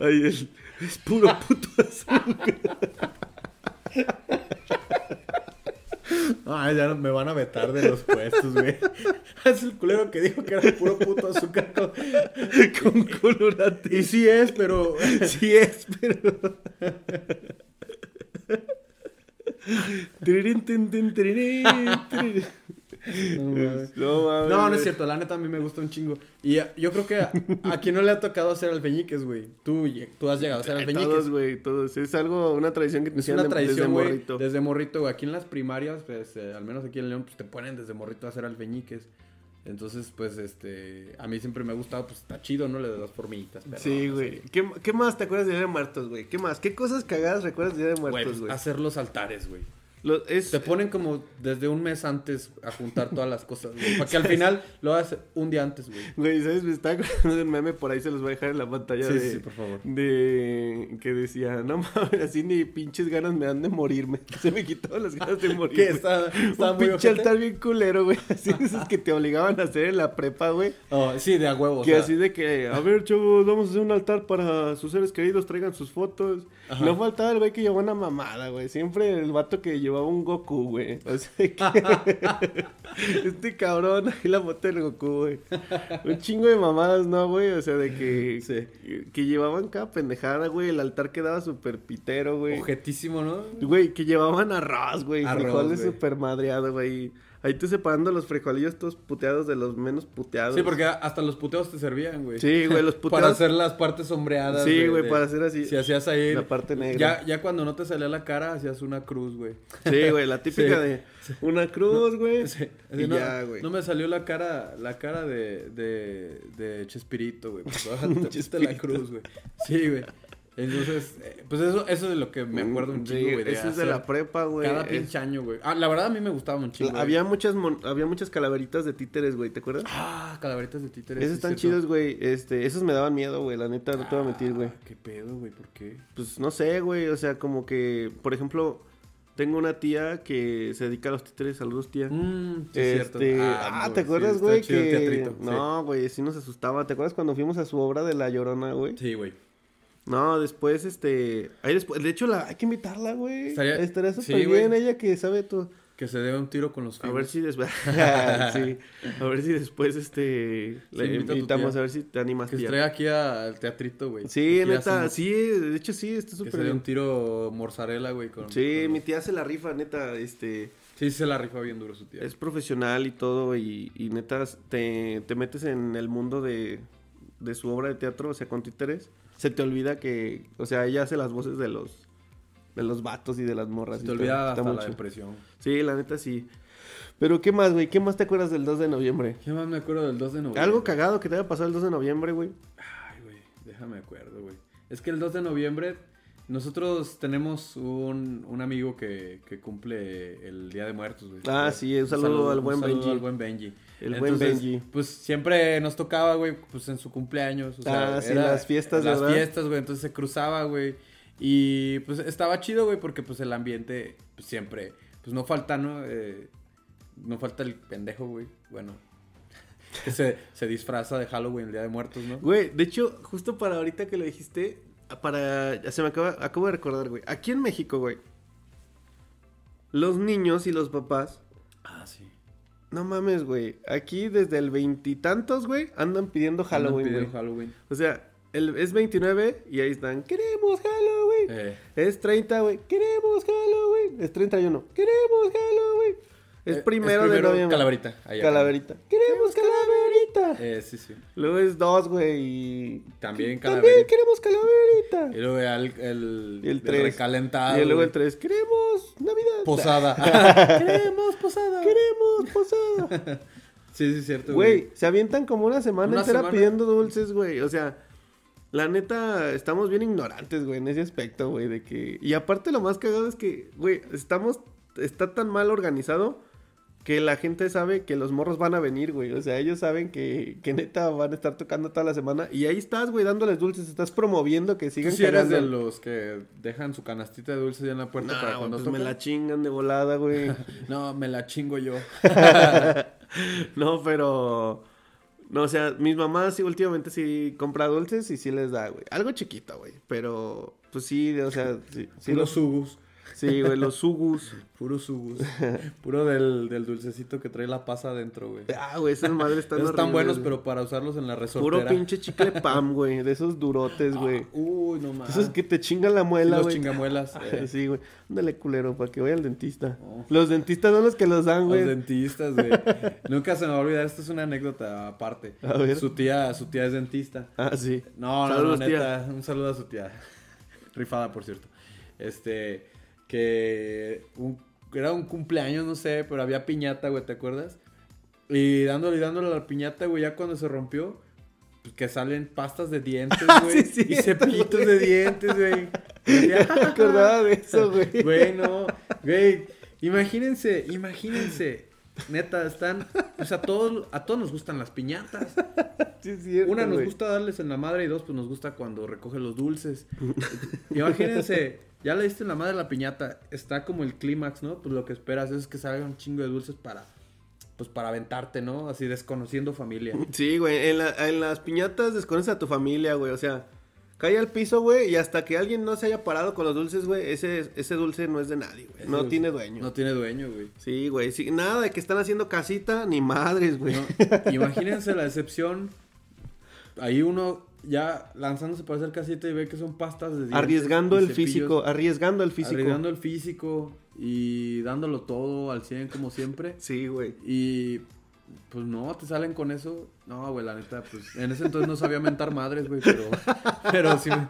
C: Ay, es, es puro puto azul.
A: Ah, ya no- me van a vetar de los puestos, güey. Es el culero que dijo que era puro puto azúcar con...
C: con colorante.
A: Y sí es, pero...
C: Sí es, pero... Tirirín, tin, tin, tirirín, tirirín. No, mames.
A: No, no es cierto, la neta a mí me gusta un chingo. Y ah, yo creo que a, a quien no le ha tocado hacer alfeñiques, güey. Tú, lle- tú has llegado a hacer alfeñiques.
C: Eh, Todos, güey, todos. Es algo, una tradición que te
A: Es
C: hicieron
A: una
C: de-
A: tradición,
C: desde
A: güey.
C: morrito.
A: Desde morrito, güey. Aquí en las primarias, pues, eh, al menos aquí en León, pues te ponen desde morrito a hacer alfeñiques. Entonces, pues, este, a mí siempre me ha gustado, pues está chido, ¿no? Le de dos formitas. perro,
C: Sí,
A: no sé.
C: güey. ¿Qué, qué más te acuerdas de Día de Muertos, güey? ¿Qué más? ¿Qué cosas cagadas recuerdas de Día de
A: Güey,
C: Muertos,
A: pues,
C: güey?
A: hacer los altares, güey.
C: Lo- es-
A: Te ponen como desde un mes antes a juntar todas las cosas, güey. Para que al final lo hagas un día antes, güey.
C: Güey, ¿sabes? Me está acordando de un meme por ahí, se los voy a dejar en la pantalla
A: Sí,
C: de...
A: sí, sí, por favor.
C: De... Que decía, no mames, así ni pinches ganas me dan de morirme. Se me quitaron las ganas de morir,
A: ¿Qué?
C: güey.
A: Está, está
C: un
A: muy
C: pinche
A: ojete?
C: altar bien culero, güey. Así de esos que te obligaban a hacer en la prepa, güey.
A: Oh, sí, de a huevo. o
C: Que
A: sea,
C: así de que, a ver, chavos, vamos a hacer un altar para sus seres queridos, traigan sus fotos. No faltaba el güey que llevó una mamada, güey. Siempre el vato que llevaba llevaba un Goku, güey. O sea que- este cabrón, ahí la foto del Goku, güey. Un chingo de mamadas, ¿no, güey? O sea, de que... Que llevaban cada pendejada, güey. El altar quedaba súper pitero, güey.
A: Objetísimo, ¿no?
C: Güey, que llevaban arroz, güey.
A: Arroz,
C: frijoles
A: güey.
C: súper madreados, güey. Ahí tú separando los frijolillos todos puteados de los menos puteados.
A: Sí, porque hasta los puteos te servían, güey.
C: Sí, güey, los
A: Para
C: puteados-
A: hacer las partes sombreadas.
C: Sí,
A: de-
C: güey,
A: de-
C: para hacer así,
A: Si hacías ahí.
C: la parte negra.
A: Ya, ya cuando no te salía la cara, hacías una cruz, güey.
C: Sí, güey, la
A: Sí.
C: típica de una cruz, güey.
A: Sí, así,
C: Y
A: no,
C: ya, güey.
A: no me salió la cara, la cara de, de, de Chespirito, güey. Pues ahora te pusiste la
C: Chespirito.
A: cruz, güey. Sí, güey. Entonces, eh, pues eso, eso es de lo que me acuerdo un
C: Mm, Sí,
A: chingo, güey.
C: Eso es de la
A: hacer
C: prepa, güey.
A: Cada
C: Es-
A: pinche año, güey. Ah, la verdad a mí me gustaba un chingo. güey.
C: Había muchas, mon- había muchas calaveritas de títeres, güey, ¿te acuerdas?
A: Ah, calaveritas de títeres.
C: Esos
A: sí,
C: están
A: cierto.
C: chidos, güey. Este, esos me daban miedo, güey. La neta, no te voy a mentir, güey.
A: Ah, ¿Qué pedo, güey? ¿Por qué?
C: Pues no sé, güey. O sea, como que, por ejemplo, tengo una tía que se dedica a los títeres. Saludos, tía.
A: Mm, sí, es
C: este,
A: cierto.
C: ah,
A: no,
C: ¿te
A: sí,
C: acuerdas,
A: está
C: güey?
A: chido el
C: que-
A: teatrito,
C: No, güey, sí nos asustaba. ¿Te acuerdas cuando fuimos a su obra de La Llorona, güey?
A: sí. Sí, güey.
C: No, después, este... Ahí después... De hecho, la... hay que invitarla, güey.
A: Estaría-
C: Estaría
A: sí,
C: súper bien
A: güey.
C: ella que sabe todo.
A: Que se debe un tiro con los
C: A
A: fibros.
C: ver si después... sí. A ver si después, este... La
A: invita a tu
C: invitamos
A: tía.
C: a ver si te animas,
A: Que se
C: tía.
A: trae aquí al teatrito, güey.
C: Sí,
A: Aquí
C: neta.
A: hacemos-
C: Sí, de hecho, sí. Está
A: Que
C: súper
A: se dé un
C: bien.
A: tiro morzarela, güey. Con,
C: Sí,
A: con-
C: mi tía se la rifa, neta. Este...
A: Sí, se la rifa bien duro su tía.
C: Es profesional y todo, y, y neta, te, te metes en el mundo de, de su obra de teatro, o sea, con títeres. Se te olvida que, o sea, ella hace las voces de los, de los vatos y de las morras.
A: Se
C: y
A: te
C: todo,
A: olvida
C: está
A: hasta
C: muy
A: la
C: chido.
A: depresión.
C: Sí, la neta sí. Pero, ¿qué más, güey? ¿Qué más te acuerdas del 2 de noviembre?
A: ¿Qué más me acuerdo del 2 de noviembre?
C: Algo cagado que te haya pasado el 2 de noviembre, güey.
A: Ay, güey, déjame acuerdo, güey. Es que el 2 de noviembre nosotros tenemos un, un amigo que, que cumple el Día de Muertos, güey.
C: Ah, sí, un saludo al buen
A: un saludo
C: Benji.
A: al buen Benji.
C: El buen Benji.
A: Pues siempre nos tocaba, güey, pues en su cumpleaños. O sea,
C: Ah, sí, las fiestas,
A: Las
C: ¿verdad?
A: fiestas, güey, entonces se cruzaba, güey. Y pues estaba chido, güey, porque pues el ambiente pues, siempre, pues no falta, ¿no? Eh, no falta el pendejo, güey. Bueno. que se, se disfraza de Halloween el Día de Muertos, ¿no?
C: Güey, de hecho, justo para ahorita que lo dijiste, para. Se me acaba. Acabo de recordar, güey. Aquí en México, güey. Los niños y los papás.
A: Ah, sí.
C: No mames, güey. Aquí desde el veintitantos, güey, andan pidiendo Halloween,
A: Andan
C: güey.
A: pidiendo Halloween.
C: O sea, el, es 29 y ahí están, queremos Halloween.
A: Eh.
C: Es 30, güey, queremos Halloween. Es 31, queremos Halloween. Es
A: Eh,
C: primero,
A: es
C: de
A: primero
C: noviembre.
A: Calaverita, allá.
C: Calaverita. Queremos calaverita.
A: Eh, sí, sí.
C: Luego es 2, güey, y...
A: También
C: También
A: Calaverita.
C: queremos
A: Y
C: calaverita.
A: luego ya el, el,
C: Y el tres.
A: recalentado.
C: y luego
A: güey.
C: el 3, queremos Navidad.
A: Posada. Queremos posada.
C: Queremos posada.
A: Sí, sí, es cierto.
C: Güey, se avientan como una semana
A: Una
C: entera
A: semana.
C: pidiendo dulces, güey. O sea, la neta, estamos bien ignorantes, güey, en ese aspecto, güey, de que... Y aparte lo más cagado es que, güey, estamos... Está tan mal organizado que la gente sabe que los morros van a venir, güey. O sea, ellos saben que, que neta van a estar tocando toda la semana. Y ahí estás, güey, dándoles dulces. Estás promoviendo que
A: Tú
C: sigan
A: sí eres de
C: cagando.
A: los que dejan su canastita de dulces ya en la puerta
C: Nah,
A: para
C: güey,
A: cuando
C: pues me
A: tocan?
C: la chingan de volada, güey.
A: No, me la chingo yo.
C: No, pero. No, o sea, mis mamás sí, últimamente sí compra dulces y sí les da, güey. Algo chiquito, güey. Pero, pues sí, o sea, sí. sí
A: Puros
C: los,
A: sugus.
C: sí, güey, los sugus.
A: Puros sugus. Puro del, del dulcecito que trae la pasa adentro, güey.
C: Ah, güey, esas madres están
A: Esos están
C: horribles,
A: buenos,
C: güey.
A: pero para usarlos en la resortera. Ah,
C: Puro pinche chicle pam, güey. De esos durotes, güey.
A: Uy, no mames.
C: Esos que te chingan la muela,
A: los
C: güey.
A: chingamuelas, eh.
C: Sí, güey. Ándale, culero, para que vaya al dentista.
A: Oh.
C: Los dentistas son los que los dan,
A: Los
C: güey.
A: dentistas, güey. Nunca se me va a olvidar, esto es una anécdota aparte.
C: A ver.
A: Su tía, su tía es dentista.
C: Ah, sí.
A: No, no,
C: Saludos,
A: no, neta, un saludo a su tía. Rifada, por cierto. Este, que un- era un cumpleaños, no sé, pero había piñata, güey, ¿te acuerdas? Y dándole y dándole a la piñata, güey, ya cuando se rompió, pues que salen pastas de dientes, güey.
C: Ah, sí,
A: y
C: cierto,
A: cepillitos de
C: güey.
A: dientes, güey. Y
C: tía.
A: ya-
C: Me acordaba de eso, güey.
A: Güey, no. Güey, imagínense, imagínense. Neta, están. O sea, a todos, a todos nos gustan las piñatas.
C: Sí, es cierto,
A: Una, nos
C: güey.
A: gusta darles en la madre y dos, pues nos gusta cuando recoge los dulces. Imagínense, ya le diste en la madre a la piñata. Está como el clímax, ¿no? Pues lo que esperas es que salga un chingo de dulces para. Pues para aventarte, ¿no? Así desconociendo familia.
C: Sí, güey, en, la- en las piñatas desconoces a tu familia, güey, o sea, Cae al piso, güey, y hasta que alguien no se haya parado con los dulces, güey, ese, ese dulce no es de nadie, güey.
A: Ese
C: No
A: dulce-
C: tiene dueño.
E: No tiene dueño, güey.
C: Sí, güey. sí, nada de que están haciendo casita ni madres, güey.
A: Imagínense la decepción. Ahí uno ya lanzándose para hacer casita y ve que son pastas de dientes
C: arriesgando
A: y
C: el
A: cepillos,
C: físico, arriesgando el físico.
A: Arriesgando el físico y dándolo todo al 100 como siempre.
C: Sí, güey.
A: Y pues no, te salen con eso. No, güey, la neta, pues en ese entonces no sabía mentar madres, güey, pero, pero sí. me-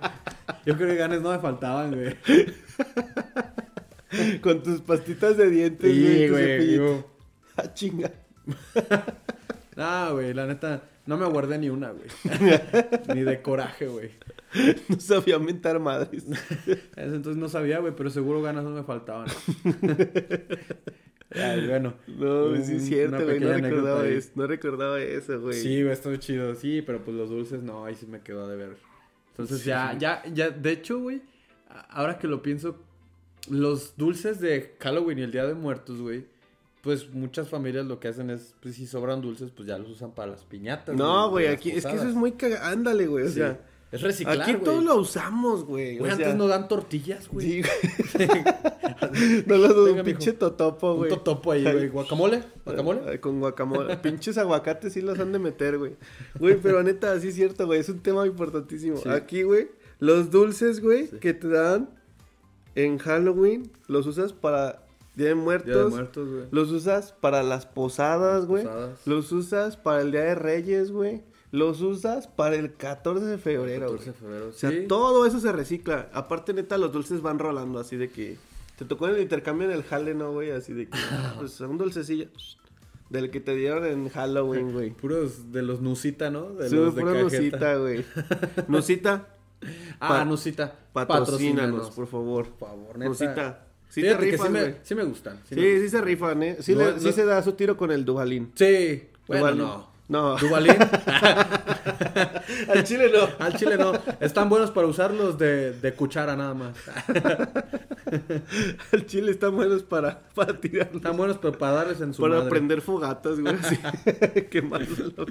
A: Yo creo que ganes no me faltaban, güey.
C: Con tus pastitas de dientes,
A: Sí,
C: güey. y tu
A: güey,
C: cepillito.
A: digo.
C: Ah, chinga.
A: No, güey, la neta, no me guardé ni una, güey. ni de coraje, güey.
C: No sabía mentar madres.
A: En ese entonces no sabía, güey, pero seguro ganas no me faltaban. Ay, bueno.
C: No,
A: un-
C: sí es cierto,
A: una
C: güey. No
A: pequeña anécdota
C: recordaba,
A: ahí.
C: eso, no recordaba eso, güey.
A: Sí, güey, estuvo chido, sí, pero pues los dulces no, ahí sí me quedó de ver. Entonces ya, ya, ya, de hecho, güey, a- ahora que lo pienso, los dulces de Halloween y el Día de Muertos, güey, pues muchas familias lo que hacen es, pues si sobran dulces, pues ya los usan para las piñatas.
C: No,
A: de
C: güey,
A: las
C: aquí es que eso
A: posadas.
C: es muy cagado. Ándale, güey. O
A: Sí.
C: sea,
A: es reciclar,
C: aquí
A: güey.
C: todos lo usamos, güey.
A: Güey,
C: o sea,
A: antes no dan tortillas, güey.
C: Sí, güey. no lo dudo,
A: Venga,
C: un pinche
A: mijo.
C: totopo,
A: Un
C: güey.
A: totopo ahí, güey. ¿Guacamole? ¿Guacamole?
C: Ah, Con guacamole. Pinches aguacates sí los han de meter, güey. Güey, pero neta, sí es cierto, güey. Es un tema importantísimo.
A: Sí.
C: Aquí, güey, los dulces, güey, que te dan en Halloween, los usas para Día de Muertos.
A: Día de Muertos, güey.
C: Los usas para las posadas, güey.
A: posadas.
C: Los usas para el Día de Reyes, güey. Los usas para el 14 de febrero,
A: 14 de
C: güey.
A: febrero,
C: O sea,
A: sí.
C: todo eso se recicla. Aparte, neta, los dulces van rolando así de que... Te tocó en el intercambio en el jale, ¿no, güey? Así de que... pues, un dulcecillo del que te dieron en Halloween, güey.
A: Puros de los Nusita, ¿no? De
C: Sube
A: los de
C: pura
A: cajeta.
C: nucita, güey. Nucita,
A: Ah,
C: Pa-
A: Nusita.
C: patrocínanos, por favor.
A: Por favor, neta.
C: Nusita. Sí te
A: Fíjate que
C: rifas,
A: sí
C: güey.
A: me, sí me gustan. Sí,
C: Sí,
A: me
C: sí,
A: gustan.
C: se rifan, ¿eh? Sí,
A: No,
C: le-
A: no-
C: sí se da su tiro con el Dubalín.
A: Sí. Bueno,
C: Duvalín.
A: no.
C: No.
A: Duvalín.
C: Al chile no.
A: Al chile no. Están buenos para usarlos de, de cuchara nada más.
C: Al chile están buenos para, para tirarlo.
A: Están buenos pero para darles en su
C: para
A: madre.
C: prender fogatas, güey. Así. Quemarlo.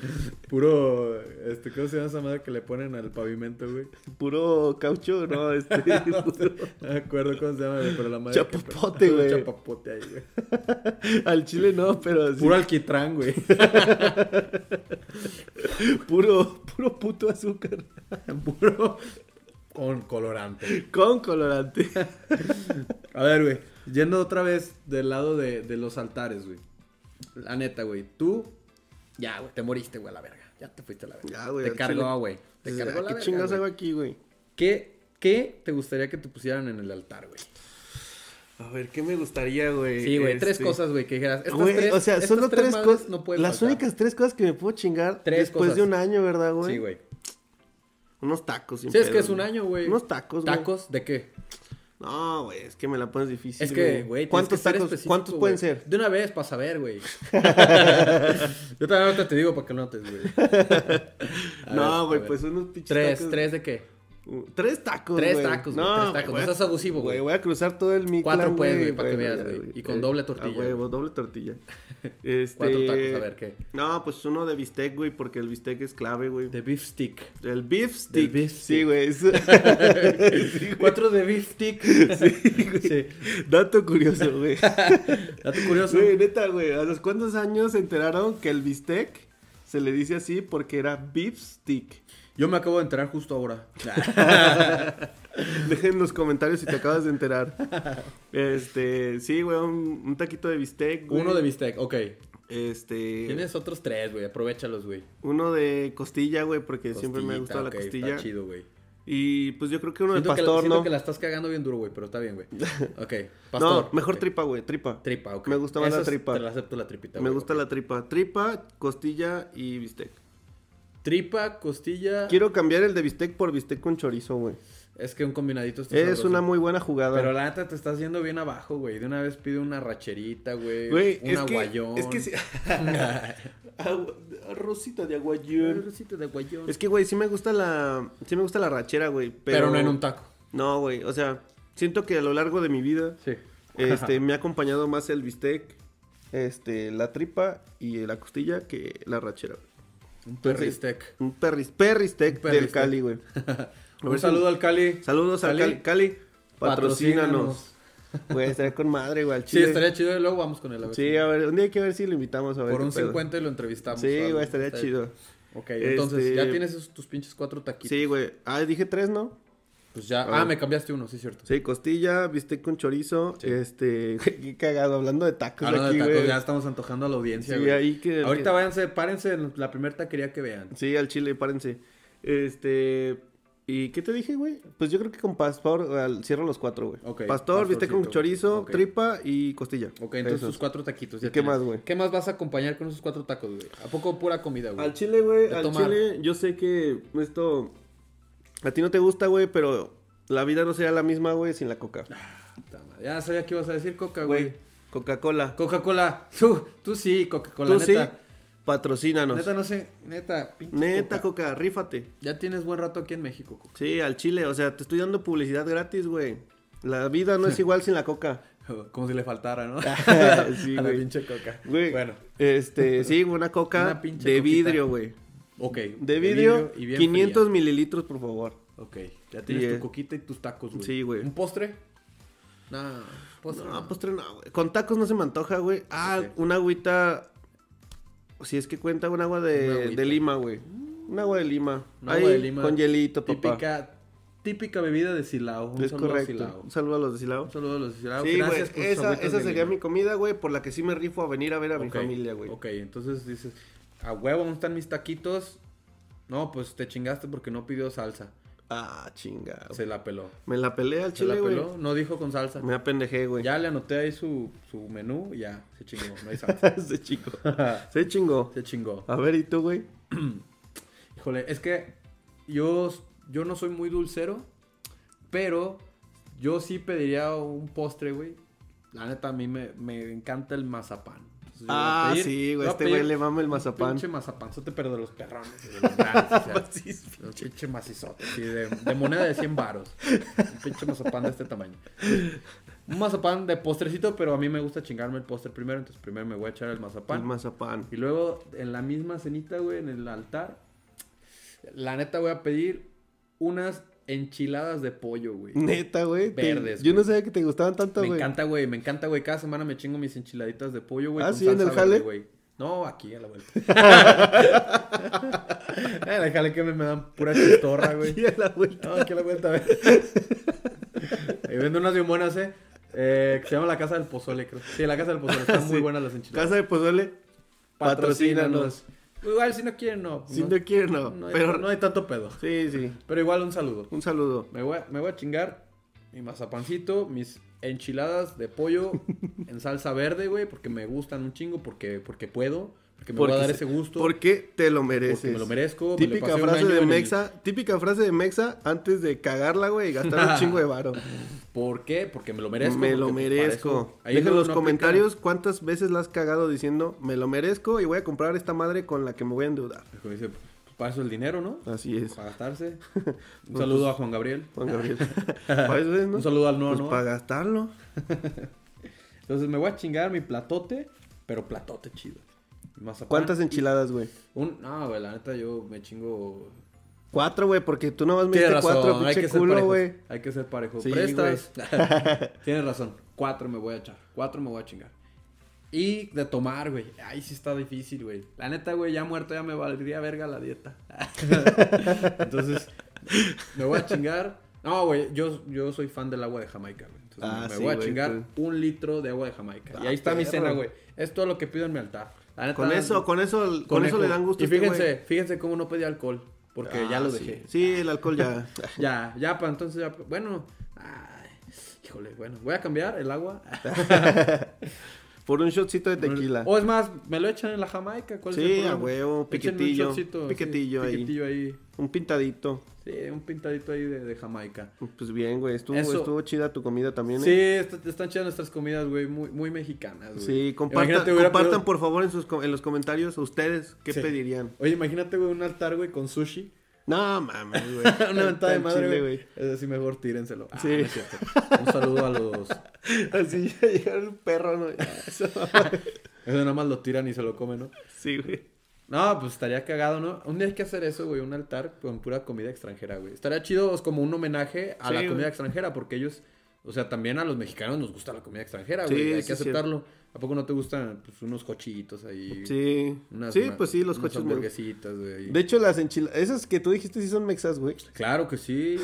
A: Puro, este, ¿cómo se llama esa madre que le ponen al pavimento, güey?
C: Puro caucho, no. Este, puro-
A: No me acuerdo cómo se llama, güey, pero la madre... que-
C: Chapapote, güey.
A: Chapapote ahí, güey.
C: Al chile no, pero sí.
A: Puro
C: Puro,
A: alquitrán, güey.
C: puro, puto azúcar.
A: Puro con colorante.
C: Con colorante.
A: A ver, güey. Yendo otra vez del lado de, de los altares, güey. La neta, güey. Tú, ya, güey, te moriste, güey, a la verga. Ya te fuiste a la verga.
C: Ya, güey,
A: Te
C: al chile. "Ah,
A: cargó, güey. Te cargó la
C: ¿Qué
A: verga,
C: chingas
A: güey.
C: hago aquí, güey?
A: ¿Qué, ¿Qué te gustaría que te pusieran en el altar, güey?
C: A ver, ¿qué me gustaría, güey?
A: Sí, güey. Tres
C: Este,
A: cosas, güey, que dijeras. Estas
C: Güey,
A: tres,
C: o sea,
A: estas
C: solo tres,
A: madres
C: cosas.
A: No pueden
C: las
A: faltar.
C: únicas tres cosas que me puedo chingar
A: Tres
C: después
A: cosas.
C: de un año, ¿verdad, güey?
A: Sí, güey.
C: Unos tacos. sin
A: Sí, es
C: pedo,
A: que es un año, güey.
C: Unos tacos, güey.
A: ¿Tacos de qué?
C: No, güey, es que me la pones difícil.
A: Es que, güey, tienes
C: ¿Cuántos
A: que ser
C: tacos?
A: específico,
C: ¿Cuántos
A: güey.
C: pueden ser?
A: De una vez, para saber, güey. Yo también ahorita te digo para que lo notes, güey. A ver, a
C: No, güey,
A: ver.
C: pues unos pinches
A: Tres,
C: tacos.
A: tres de qué?
C: Uh, Tres tacos,
A: Tres
C: güey.
A: tacos, güey, tres tacos.
C: güey,
A: No seas abusivo, güey.
C: Voy a cruzar todo el micro.
A: Cuatro, pues, güey, para que veas, güey. Y con doble tortilla,
C: Ah, güey,
A: güey.
C: doble tortilla. Este...
A: Cuatro tacos, a ver, ¿qué?
C: No, pues uno de bistec, güey, porque el bistec es clave, güey.
A: De beef stick.
C: El beef
A: Del
C: stick.
A: beef
C: Sí,
A: stick.
C: güey. es-
A: Cuatro de beef stick. Sí, güey.
C: Dato curioso, güey.
A: Dato curioso.
C: Güey, neta, güey. ¿A los cuántos años se enteraron que el bistec se le dice así porque era beef stick?
A: Yo me acabo de enterar justo ahora.
C: Dejen en los comentarios si te acabas de enterar. Este, sí, güey, un, un taquito de bistec. güey.
A: Uno de bistec, ok.
C: Este.
A: Tienes otros tres, güey. Aprovechalos, güey.
C: Uno de costilla, güey, porque siempre me ha
A: Costillita,
C: gustado
A: ok,
C: la
A: Está
C: costilla.
A: chido, güey.
C: Y pues yo creo que uno de
A: Siento, que la-
C: pastor,
A: siento
C: ¿no?
A: que la estás cagando bien duro, güey, pero está bien, güey. Ok,
C: No,
A: pastor.
C: mejor
A: ok.
C: tripa, güey, tripa.
A: Tripa, ok.
C: Me gusta más la
A: Esas
C: tripa.
A: Te la acepto la tripita,
C: Me
A: güey,
C: gusta
A: ok.
C: la tripa. Tripa, costilla y bistec.
A: Tripa, costilla.
C: Quiero cambiar el de bistec por bistec con chorizo, güey.
A: Es que un combinadito está
C: Es
A: sabroso.
C: una muy buena jugada.
A: Pero la neta te estás yendo bien abajo, güey. De una vez pide una racherita, güey.
C: Güey,
A: un
C: es que-
A: aguayón.
C: es que sí. Agua- Rosita de aguayón.
A: Rosita de aguayón.
C: Es que, güey, sí me gusta la. Sí me gusta la rachera, güey. Pero,
A: pero... no en un taco.
C: No, güey. O sea, siento que a lo largo de mi vida.
A: Sí.
C: Este, me ha acompañado más el bistec. Este, la tripa y la costilla que la rachera, güey.
A: Un
C: Entonces,
A: perristec.
C: Un perris, perristec
A: Un perristec.
C: del Cali, güey. A
F: Un
C: ver si-
F: saludo al Cali.
C: Saludos al Cali. Cali, patrocínanos.
F: Patrocínanos.
C: Güey, estaría con madre, güey, al
A: Sí,
C: chile.
A: estaría chido y luego vamos con él a ver.
C: Sí, a ver, un día hay que ver si lo invitamos a ver.
A: Por
C: qué
A: un
C: pedo.
A: 50 y lo entrevistamos. o
C: Sí,
A: algo.
C: güey, estaría
A: Está-
C: chido.
A: Ok, entonces
C: Este-
A: ya tienes esos- tus pinches cuatro taquitos.
C: Sí, güey. Ah, dije tres, ¿no?
A: Pues ya.
C: A
A: Ah,
C: ver.
A: me cambiaste uno, sí, cierto.
C: Sí, costilla, bistec con chorizo,
A: Sí.
C: este... güey, Qué cagado, hablando de tacos
A: Hablando
C: Pues aquí,
A: de tacos,
C: güey.
A: ya estamos antojando a la audiencia,
C: Sí,
A: güey.
C: ahí que-
A: Ahorita
C: que-
A: váyanse, párense en la primera taquería que vean.
C: Sí, al chile, párense. Este... ¿Y qué te dije, güey? Pues yo creo que con pastor, al, cierro los cuatro, güey.
A: Ok,
C: pastor, bistec con
A: pastorcito.
C: chorizo,
A: Ok.
C: tripa y costilla.
A: Ok, entonces
C: Eso.
A: tus cuatro taquitos.
C: ¿Y qué más, güey?
A: ¿Qué más vas a acompañar con esos cuatro tacos, güey? ¿A poco pura comida, güey?
C: Al chile, güey,
A: De
C: al
A: tomar.
C: chile, yo sé que esto a ti no te gusta, güey, pero la vida no sería la misma, güey, sin la coca.
A: Puta madre, Ya sabía que ibas a decir Coca,
C: Güey,
A: Ah, güey.
C: Coca-Cola.
A: Coca-Cola. Tú, tú sí, Coca-Cola.
C: Tú sí,
A: neta,
C: patrocínanos.
A: neta,
C: Neta,
A: no sé. Neta, pinche Coca.
C: coca. rífate.
A: Ya tienes buen rato aquí en México, Coca.
C: Sí, al chile, o sea, te estoy dando publicidad gratis, güey. La vida no es igual sin la coca.
A: Como si le faltara, ¿no?
C: Sí,
A: a la
C: güey.
A: pinche Coca.
C: Güey,
A: Bueno.
C: este, sí, una coca
A: Una
C: de
A: pinche coquita.
C: vidrio, güey.
A: Ok.
C: De vidrio,
A: y bien
C: 500
A: fría.
C: mililitros, por favor.
A: Ok. Ya tienes
C: Sí, eh.
A: tu coquita y tus tacos, güey.
C: Sí, güey.
A: ¿Un postre? Nah, postre.
C: No,
A: No, pues,
C: postre no, güey. Con tacos no se me antoja, güey. Ah,
A: Ok.
C: una agüita. Si es que cuenta un agua de,
A: Una agüita.
C: de Lima, güey. Un agua de Lima.
A: Un
C: Ahí,
A: agua de Lima.
C: Con hielito, papá.
A: Típica, típica bebida de Silao. Un
C: es
A: saludo a
C: correcto.
A: Silao.
C: Un saludo a los de Silao.
A: Un saludo a los de Silao.
C: Sí, güey.
A: Gracias por sus
C: Esa,
A: agüitas
C: esa
A: de
C: sería
A: limón.
C: mi comida, güey. Por la que sí me rifo a venir a ver a mi
A: Ok,
C: familia, güey.
A: Ok, entonces dices, a huevo, ¿dónde están mis taquitos? No, pues te chingaste porque no pidió salsa.
C: Ah, chinga.
A: Se la peló.
C: Me la peleé al
A: Se
C: chile,
A: la
C: güey.
A: peló, no dijo con salsa.
C: Me apendejé, güey.
A: Ya le anoté ahí su, su menú y ya, se chingó, no hay salsa.
C: se chingó. se chingó.
A: se chingó.
C: A ver, ¿y tú, güey?
A: Híjole, es que yo, yo no soy muy dulcero, pero yo sí pediría un postre, güey. La neta, a mí me, me encanta el mazapán. Entonces, yo voy a
C: Ah,
A: pedir-
C: sí, güey.
A: voy a
C: Este güey
A: pedir
C: le mama el
A: un
C: mazapán. Pues
A: Pinche mazapanzote, pero de los perrones. De los grandes, o sea, un pinche macizote, sí, de, de moneda de 100 varos. Un pinche mazapán de este tamaño. Un mazapán de postrecito, pero a mí me gusta chingarme el postre primero, entonces primero me voy a echar el mazapán.
C: El mazapán.
A: Y luego, en la misma cenita, güey, en el altar, la neta voy a pedir unas enchiladas de pollo, güey.
C: Neta, güey. te-
A: Verdes,
C: Yo no
A: güey.
C: sabía que te gustaban tanto,
A: Me
C: güey.
A: encanta, güey, me encanta, güey. Cada semana me chingo mis enchiladitas de pollo, güey.
C: Ah,
A: con
C: ¿sí? ¿En
A: salsa
C: el jale?
A: verde, güey. No, aquí a la vuelta. Eh, en el jale que me, me dan pura chistorra, güey.
C: Y a la vuelta.
A: No, aquí a la vuelta, güey. Ahí vendo unas bien buenas, eh. Eh, que se llama la casa del pozole, creo. Sí, la casa del pozole. Están muy
C: Sí.
A: buenas las enchiladas.
C: Casa de Pozole, patrocínanos.
A: Igual, si no quieren, no.
C: Si no quieren, no.
A: No hay,
C: Pero,
A: no hay tanto pedo.
C: sí, sí.
A: Pero igual un saludo.
C: Un saludo.
A: Me voy, a, me voy a chingar mi mazapancito, mis enchiladas de pollo en salsa verde, güey, porque me gustan un chingo, porque, porque puedo, porque me voy a dar
C: se-
A: ese gusto.
C: Porque te lo mereces.
A: Porque me lo merezco, me lo
C: Típica
A: pasé un
C: frase
A: año
C: de
A: en el-
C: Mexa. Típica frase de Mexa antes de cagarla, güey, y gastar un chingo de varo.
A: ¿Por qué? Porque me lo merezco.
C: me lo
A: porque pues, para
C: merezco.
A: eso- Ahí
C: Deja en
A: no-
C: los
A: no aplica-
C: comentarios cuántas veces la has cagado diciendo me lo merezco y voy a comprar esta madre con la que me voy a endeudar.
A: Como dice, pues, para eso el dinero, ¿no?
C: Así es. pues,
A: Para gastarse. Un saludo a Juan Gabriel.
C: Juan Gabriel. Pa' eso es, ¿no?
A: Un saludo al Noa
C: Pues
A: Noa.
C: para gastarlo.
A: Entonces me voy a chingar mi platote, pero platote chido. Mi mazapán.
C: ¿Cuántas enchiladas, güey?
A: Un, no, güey, la neta yo me chingo
C: Cuatro, güey, porque tú nomás me
A: Tienes
C: diste
A: razón,
C: cuatro,
A: hay que
C: pinche
A: ser
C: culo,
A: parejos.
C: güey.
A: Hay que ser parejo.
C: Sí,
A: Prestas. Tienes razón. Cuatro me voy a echar. Cuatro me voy a chingar. Y de tomar, güey. Ahí sí está difícil, güey. La neta, güey, ya muerto ya me valdría verga la dieta. Entonces, me voy a chingar. No, güey, yo, yo soy fan del agua de Jamaica, güey. Entonces,
C: Ah,
A: me
C: sí,
A: voy a
C: güey,
A: chingar
C: tú.
A: un litro de agua de Jamaica. y
C: Ah,
A: ahí está mi
C: perro.
A: cena, güey. Es todo lo que pido en mi altar. La neta,
C: Con eso, con eso, con
A: conejo.
C: eso le dan gusto. a
A: Y
C: este güey.
A: fíjense, fíjense cómo no pedí alcohol. Porque
C: Ah,
A: ya lo
C: sí.
A: dejé.
C: Sí, el alcohol ya.
A: Ya, ya, para entonces ya. Bueno, ay, híjole, bueno, voy a cambiar el agua.
C: Por un shotcito de tequila.
A: O es más, me lo echan en la Jamaica. ¿cuál es
C: Sí,
A: el problema?
C: a huevo,
A: Échenme
C: piquetillo,
A: Un shotcito,
C: piquetillo
A: sí,
C: ahí.
A: Piquetillo ahí.
C: Un pintadito.
A: Sí, un pintadito ahí de, de Jamaica.
C: Pues bien, güey. Estuvo,
A: Eso.
C: estuvo chida tu comida también.
A: Sí,
C: ¿eh?
A: est- están chidas nuestras comidas, güey, muy, muy mexicanas, güey.
C: Sí, compartan,
A: Imagínate, hubiera
C: compartan
A: pedido-
C: por favor en, sus, com- en los comentarios ustedes qué
A: Sí.
C: pedirían.
A: Oye, imagínate, güey, un altar, güey, con sushi.
C: No mames, güey.
A: Una ventada de
C: Al
A: madre,
C: chile,
A: güey. Es así, mejor tírenselo. Ah,
C: Sí.
A: no es cierto. Un saludo a los...
C: Así ya llegó el perro, ¿no? Eso,
A: Eso nada más lo tiran y se lo comen, ¿no?
C: sí, güey.
A: No, pues estaría cagado, ¿no? Un día hay que hacer eso, güey, un altar con pura comida extranjera, güey. Estaría chido es como un homenaje a
C: Sí,
A: la
C: güey.
A: comida extranjera, porque ellos, o sea, también a los mexicanos nos gusta la comida extranjera,
C: Sí,
A: güey. hay
C: sí,
A: que
C: sí.
A: aceptarlo. ¿A poco no te gustan pues, unos cochitos ahí?
C: Sí.
A: Unas
C: sí,
A: ma-
C: pues sí, los
A: unas
C: coches. me-
A: hamburguesitas, güey.
C: De hecho, las enchiladas. Esas que tú dijiste sí son mexas, güey.
A: Claro que sí.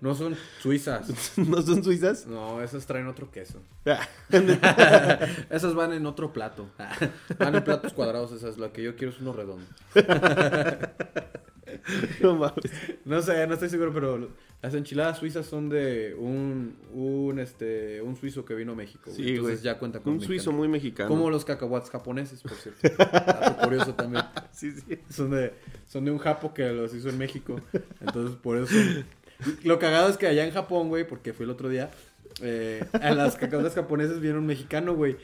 A: no son suizas.
C: ¿No son suizas?
A: No, esas traen otro queso.
C: Ah,
A: esas van en otro plato. van en platos cuadrados, esas. Lo que yo quiero es uno redondo.
C: no mames.
A: No sé, no estoy seguro, pero las enchiladas suizas son de un, un, este, un suizo que vino a México. güey.
C: Sí, güey.
A: Entonces ya cuenta con
C: Un suizo
A: mexicano.
C: muy mexicano.
A: Como los cacahuates japoneses, por cierto. Dato curioso también.
C: Sí, sí.
A: Son de, son de un japo que los hizo en México. Entonces, por eso. son- Lo cagado es que allá en Japón, güey, porque fui el otro día, eh, a las cacahuates japoneses viene un mexicano, güey.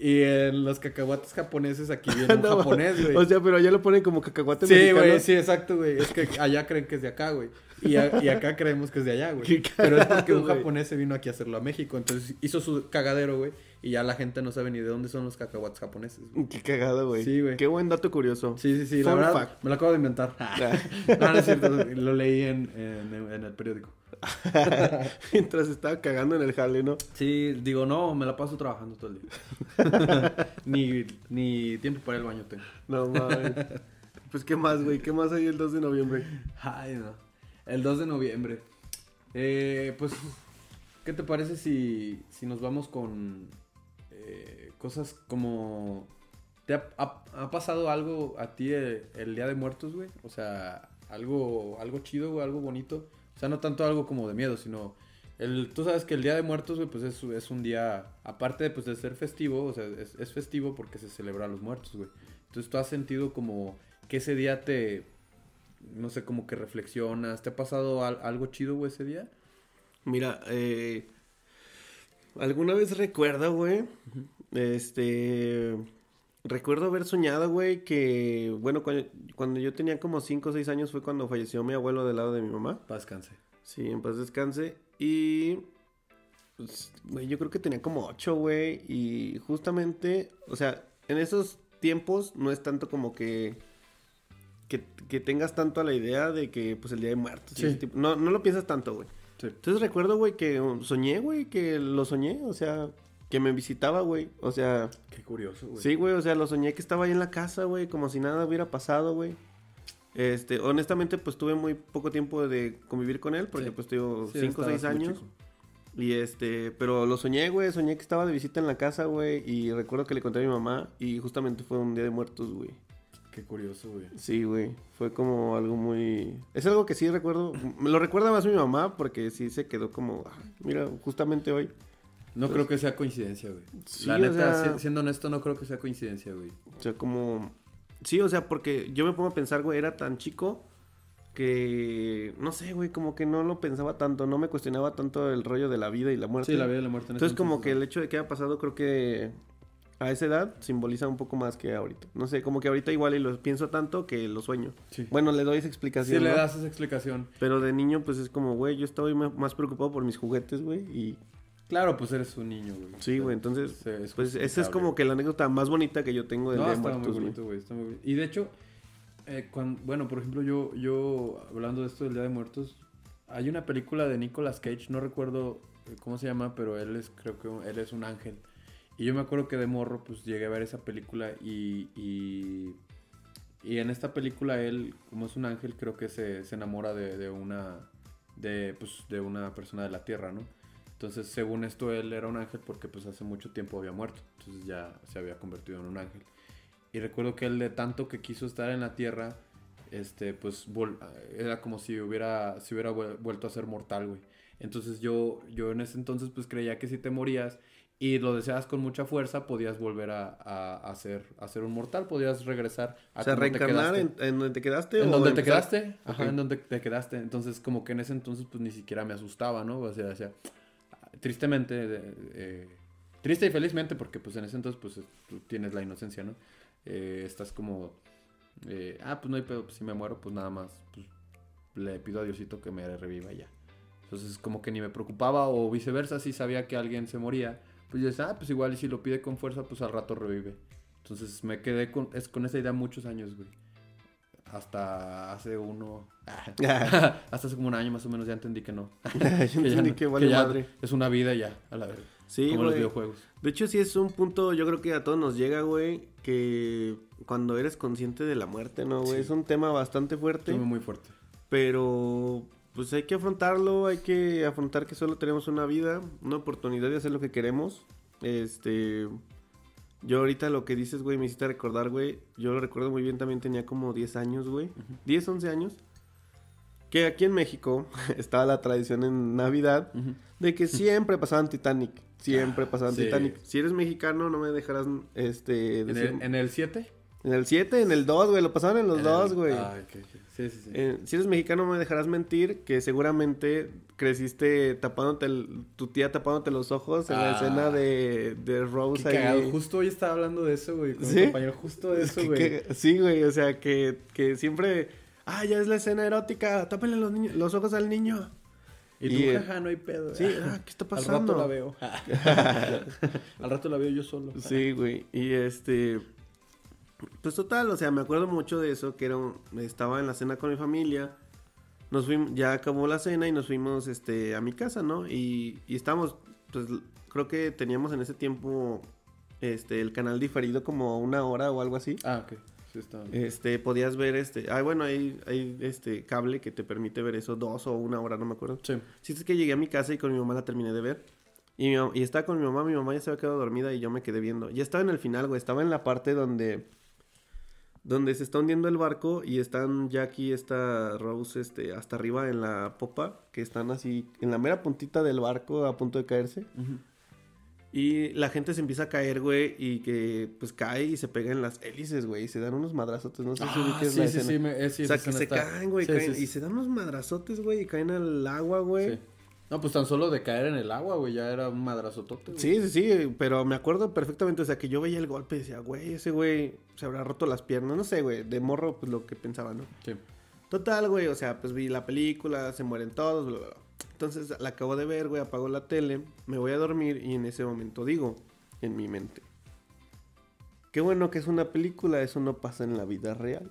A: Y en los cacahuates japoneses aquí viene un
C: No,
A: japonés, güey.
C: O sea, pero allá lo ponen como cacahuate
A: Sí,
C: mexicano.
A: güey, sí, exacto, güey. Es que allá creen que es de acá, güey. Y, a- y acá creemos que es de allá, güey.
C: Qué
A: Pero es porque
C: cagado,
A: un
C: güey.
A: japonés se vino aquí a hacerlo a México. Entonces hizo su cagadero, güey. Y ya la gente no sabe ni de dónde son los cacahuates japoneses, güey.
C: Mm, Qué cagado, güey.
A: Sí, güey.
C: Qué buen dato curioso. Ah,
A: Sí, sí, sí, la
C: Fun
A: verdad,
C: fact.
A: me lo acabo de inventar. no, no es cierto, lo leí en, en- en el periódico.
C: Mientras estaba cagando en el jale, ¿no?
A: Sí, digo, no, me la paso trabajando todo el día. ni, ni tiempo para ir al baño tengo.
C: No mames. Pues qué más, güey. ¿Qué más hay el 2 de noviembre?
A: Ay, no. El 2 de noviembre. Eh, pues, ¿qué te parece si, si nos vamos con eh, cosas como... ¿Te ha, ha- ha pasado algo a ti el, el Día de Muertos, güey? O sea, algo, algo chido, güey, algo bonito. O sea, no tanto algo como de miedo, sino... El, tú sabes que el Día de Muertos, güey, pues es, es un día, aparte pues, de ser festivo, o sea, es, es festivo porque se celebra a los muertos, güey. Entonces, ¿tú has sentido como que ese día te, no sé, como que reflexionas. ¿Te ha pasado al- algo chido, güey, ese día?
C: Mira, eh, alguna vez recuerdo, güey, este, recuerdo haber soñado, güey, que, bueno, cuando, cuando yo tenía como 5 o 6 años fue cuando falleció mi abuelo del lado de mi mamá.
A: Paz, descanse.
C: Sí, en paz descanse. Y, pues, güey, yo creo que tenía como 8, güey, y justamente, o sea, en esos tiempos no es tanto como que... Que, que tengas tanto a la idea de que pues el día de muertos. y
A: Sí.
C: ese tipo- No, no lo piensas tanto, güey.
A: Sí.
C: Entonces recuerdo, güey, que um, soñé, güey, que lo soñé, o sea, que me visitaba, güey. O sea,
A: Qué curioso, güey.
C: sí, güey, o sea, lo soñé que estaba ahí en la casa, güey, como si nada hubiera pasado, güey. Este, honestamente, pues tuve muy poco tiempo de convivir con él, porque
A: Sí.
C: pues tengo
A: Sí,
C: 5 o 6
A: estabas muy
C: años.
A: chico.
C: Y este, pero lo soñé, güey, soñé que estaba de visita en la casa, güey, y recuerdo que le conté a mi mamá y justamente fue un día de muertos, güey.
A: Qué curioso, güey.
C: Sí, güey. Fue como algo muy. Es algo que sí recuerdo. Me lo recuerda más mi mamá porque sí se quedó como. "Ah, Mira, justamente hoy.
A: No creo que sea coincidencia, güey.
C: Sí,
A: La
C: o
A: neta,
C: sea-
A: si- siendo honesto, no creo que sea coincidencia, güey.
C: O sea, como. Sí, o sea, porque yo me pongo a pensar, güey, era tan chico que. No sé, güey, como que no lo pensaba tanto. No me cuestionaba tanto el rollo de la vida y la muerte.
A: Sí, la vida y la muerte. en ese
C: Entonces, como que
A: entonces,
C: el hecho de que haya pasado, creo que. A esa edad simboliza un poco más que ahorita. No sé, como que ahorita igual y lo pienso tanto que lo sueño.
A: Sí.
C: Bueno, le doy esa
A: ¿no?
C: explicación.
A: Sí, le
C: ¿no?
A: das esa explicación.
C: Pero de niño, pues es como, güey, yo estoy ma- más preocupado por mis juguetes, güey. Y
A: Claro, pues eres un niño, güey.
C: sí, güey, entonces,
A: Sí, es
C: pues esa es
A: justificable.
C: como que la anécdota más bonita que yo tengo del
A: No,
C: Día de
A: está muy
C: Muertos, güey.
A: bonito, güey. está muy bonito. Y de hecho, eh, cuan- bueno, por ejemplo, yo, yo, hablando de esto del Día de Muertos, hay una película de Nicolas Cage, no recuerdo eh, cómo se llama, pero él es, creo que un- él es un ángel. Y yo me acuerdo que de morro, pues llegué a ver esa película y. y y en esta película él, como es un ángel, creo que se, se enamora de, de una de, pues, de una persona de la Tierra, ¿no? Entonces, según esto, él era un ángel porque pues hace mucho tiempo había muerto. Entonces ya se había convertido en un ángel. Y recuerdo que él de tanto que quiso estar en la tierra, este, pues vol- era como si hubiera, si hubiera vuel- vuelto a ser mortal, güey. Entonces yo, yo en ese entonces pues creía que si te morías y lo deseabas con mucha fuerza, podías volver a, a, a ser, a ser un mortal, podías regresar a
C: O
A: cómo
C: sea,
A: te
C: reencarnar
A: quedaste.
C: en, en donde te quedaste.
A: ¿En
C: o
A: donde te
C: empezar-
A: quedaste? Ajá,
C: Ok.
A: en donde te quedaste. Entonces, como que en ese entonces, pues ni siquiera me asustaba, ¿no? O sea, o sea, tristemente, de- eh, triste y felizmente, porque pues en ese entonces, pues tú tienes la inocencia, ¿no? Eh, estás como, eh, ah, pues no hay pedo, pues si me muero, pues nada más, pues le pido a Diosito que me reviva y ya. Entonces, como que ni me preocupaba, o viceversa, si sabía que alguien se moría, pues yo decía, ah, pues igual, y si lo pide con fuerza, pues al rato revive. Entonces me quedé con, es, con esa idea muchos años, güey. Hasta hace uno. hasta hace como un año más o menos ya entendí que no.
C: Ah, Yo
A: Que ya
C: entendí
A: no-
C: que vale
A: que ya
C: madre.
A: Es una vida ya, a la verga.
C: Sí,
A: como los
C: güey.
A: videojuegos.
C: De hecho, sí es un punto, yo creo que a todos nos llega, güey, que cuando eres consciente de la muerte, ¿no, güey?
A: Sí.
C: Es un tema bastante fuerte,
A: Estuvo muy fuerte.
C: pero pues hay que afrontarlo, hay que afrontar que solo tenemos una vida, una oportunidad de hacer lo que queremos. Este, yo ahorita lo que dices, güey, me hiciste recordar, güey, yo lo recuerdo muy bien, también tenía como 10 años, güey, 10, 11 años. Que aquí en México estaba la tradición en Navidad
A: Ujú. Ah,
C: de que siempre pasaban Titanic. Siempre pasaban
A: sí.
C: Titanic. Si eres mexicano, no me dejarás este,
A: ¿En
C: decir-
A: el- ¿En el 7?
C: En el 7, en el 2, güey. Lo pasaban en los
A: En
C: dos,
A: el-
C: güey.
A: Ah, ok, ok. Sí, sí, sí.
C: Eh, si eres mexicano, no me dejarás mentir que seguramente creciste tapándote, el- tu tía tapándote los ojos en la
A: Ah.
C: escena de, de
E: Qué
C: Rose ahí.
E: cagado. Justo hoy estaba hablando de eso, güey. Con
C: ¿Sí?
E: mi compañero, justo de eso,
C: Que-
E: güey.
C: que- sí, güey, o sea, que, que siempre... Ah, ya es la escena erótica, tápenle los, niños- los ojos al niño.
E: Y
C: y,
E: tú,
C: eh,
E: jaja, no hay pedo.
C: Sí, ah, ¿qué está
E: Al
C: pasando?
E: rato la veo. Al rato la veo yo solo.
C: Sí, güey. Y este. Pues total, o sea, me acuerdo mucho de eso, que era un- estaba en la cena con mi familia. Nos fuimos, ya acabó la cena y nos fuimos este, a mi casa, ¿no? Y, y estábamos, pues creo que teníamos en ese tiempo este, el canal diferido como una hora o algo así.
A: Ah, ok. Sí, está.
C: Este, podías ver este. Ah, bueno, hay, hay este cable que te permite ver eso dos o una hora, no me acuerdo.
A: Sí.
C: Sí, es que llegué a mi casa y con mi mamá la terminé de ver. Y, mi mam- y estaba con mi mamá, mi mamá ya se había quedado dormida y yo me quedé viendo. Ya estaba en el final, güey. Estaba en la parte donde. Donde se está hundiendo el barco y están Jackie, esta Rose, este, hasta arriba en la popa, que están así en la mera puntita del barco a punto de caerse. Y la gente se empieza a caer, güey, y que pues cae y se pega en las hélices, güey, y se dan unos madrazotes, no sé si
A: Ah,
C: ubiques
A: sí,
C: la
A: sí,
C: escena.
A: sí, me- eh, sí,
C: o sea,
A: esa
C: que
A: escena
C: se
A: está-
C: caen, güey,
A: sí,
C: caen-
A: sí, sí.
C: y se dan unos madrazotes, güey, y caen al agua, güey.
A: Sí. No, pues tan solo de caer en el agua, güey, ya era un madrazotote. güey.
C: Sí, sí, sí, pero me acuerdo perfectamente, o sea, que yo veía el golpe y decía, güey, ese güey se habrá roto las piernas, no sé, güey, de morro, pues lo que pensaba, ¿no?
A: Sí.
C: Total, güey, o sea, pues vi la película, se mueren todos, bla, bla, bla. Entonces la acabo de ver, güey, apago la tele, me voy a dormir y en ese momento digo, en mi mente, qué bueno que es una película, eso no pasa en la vida real.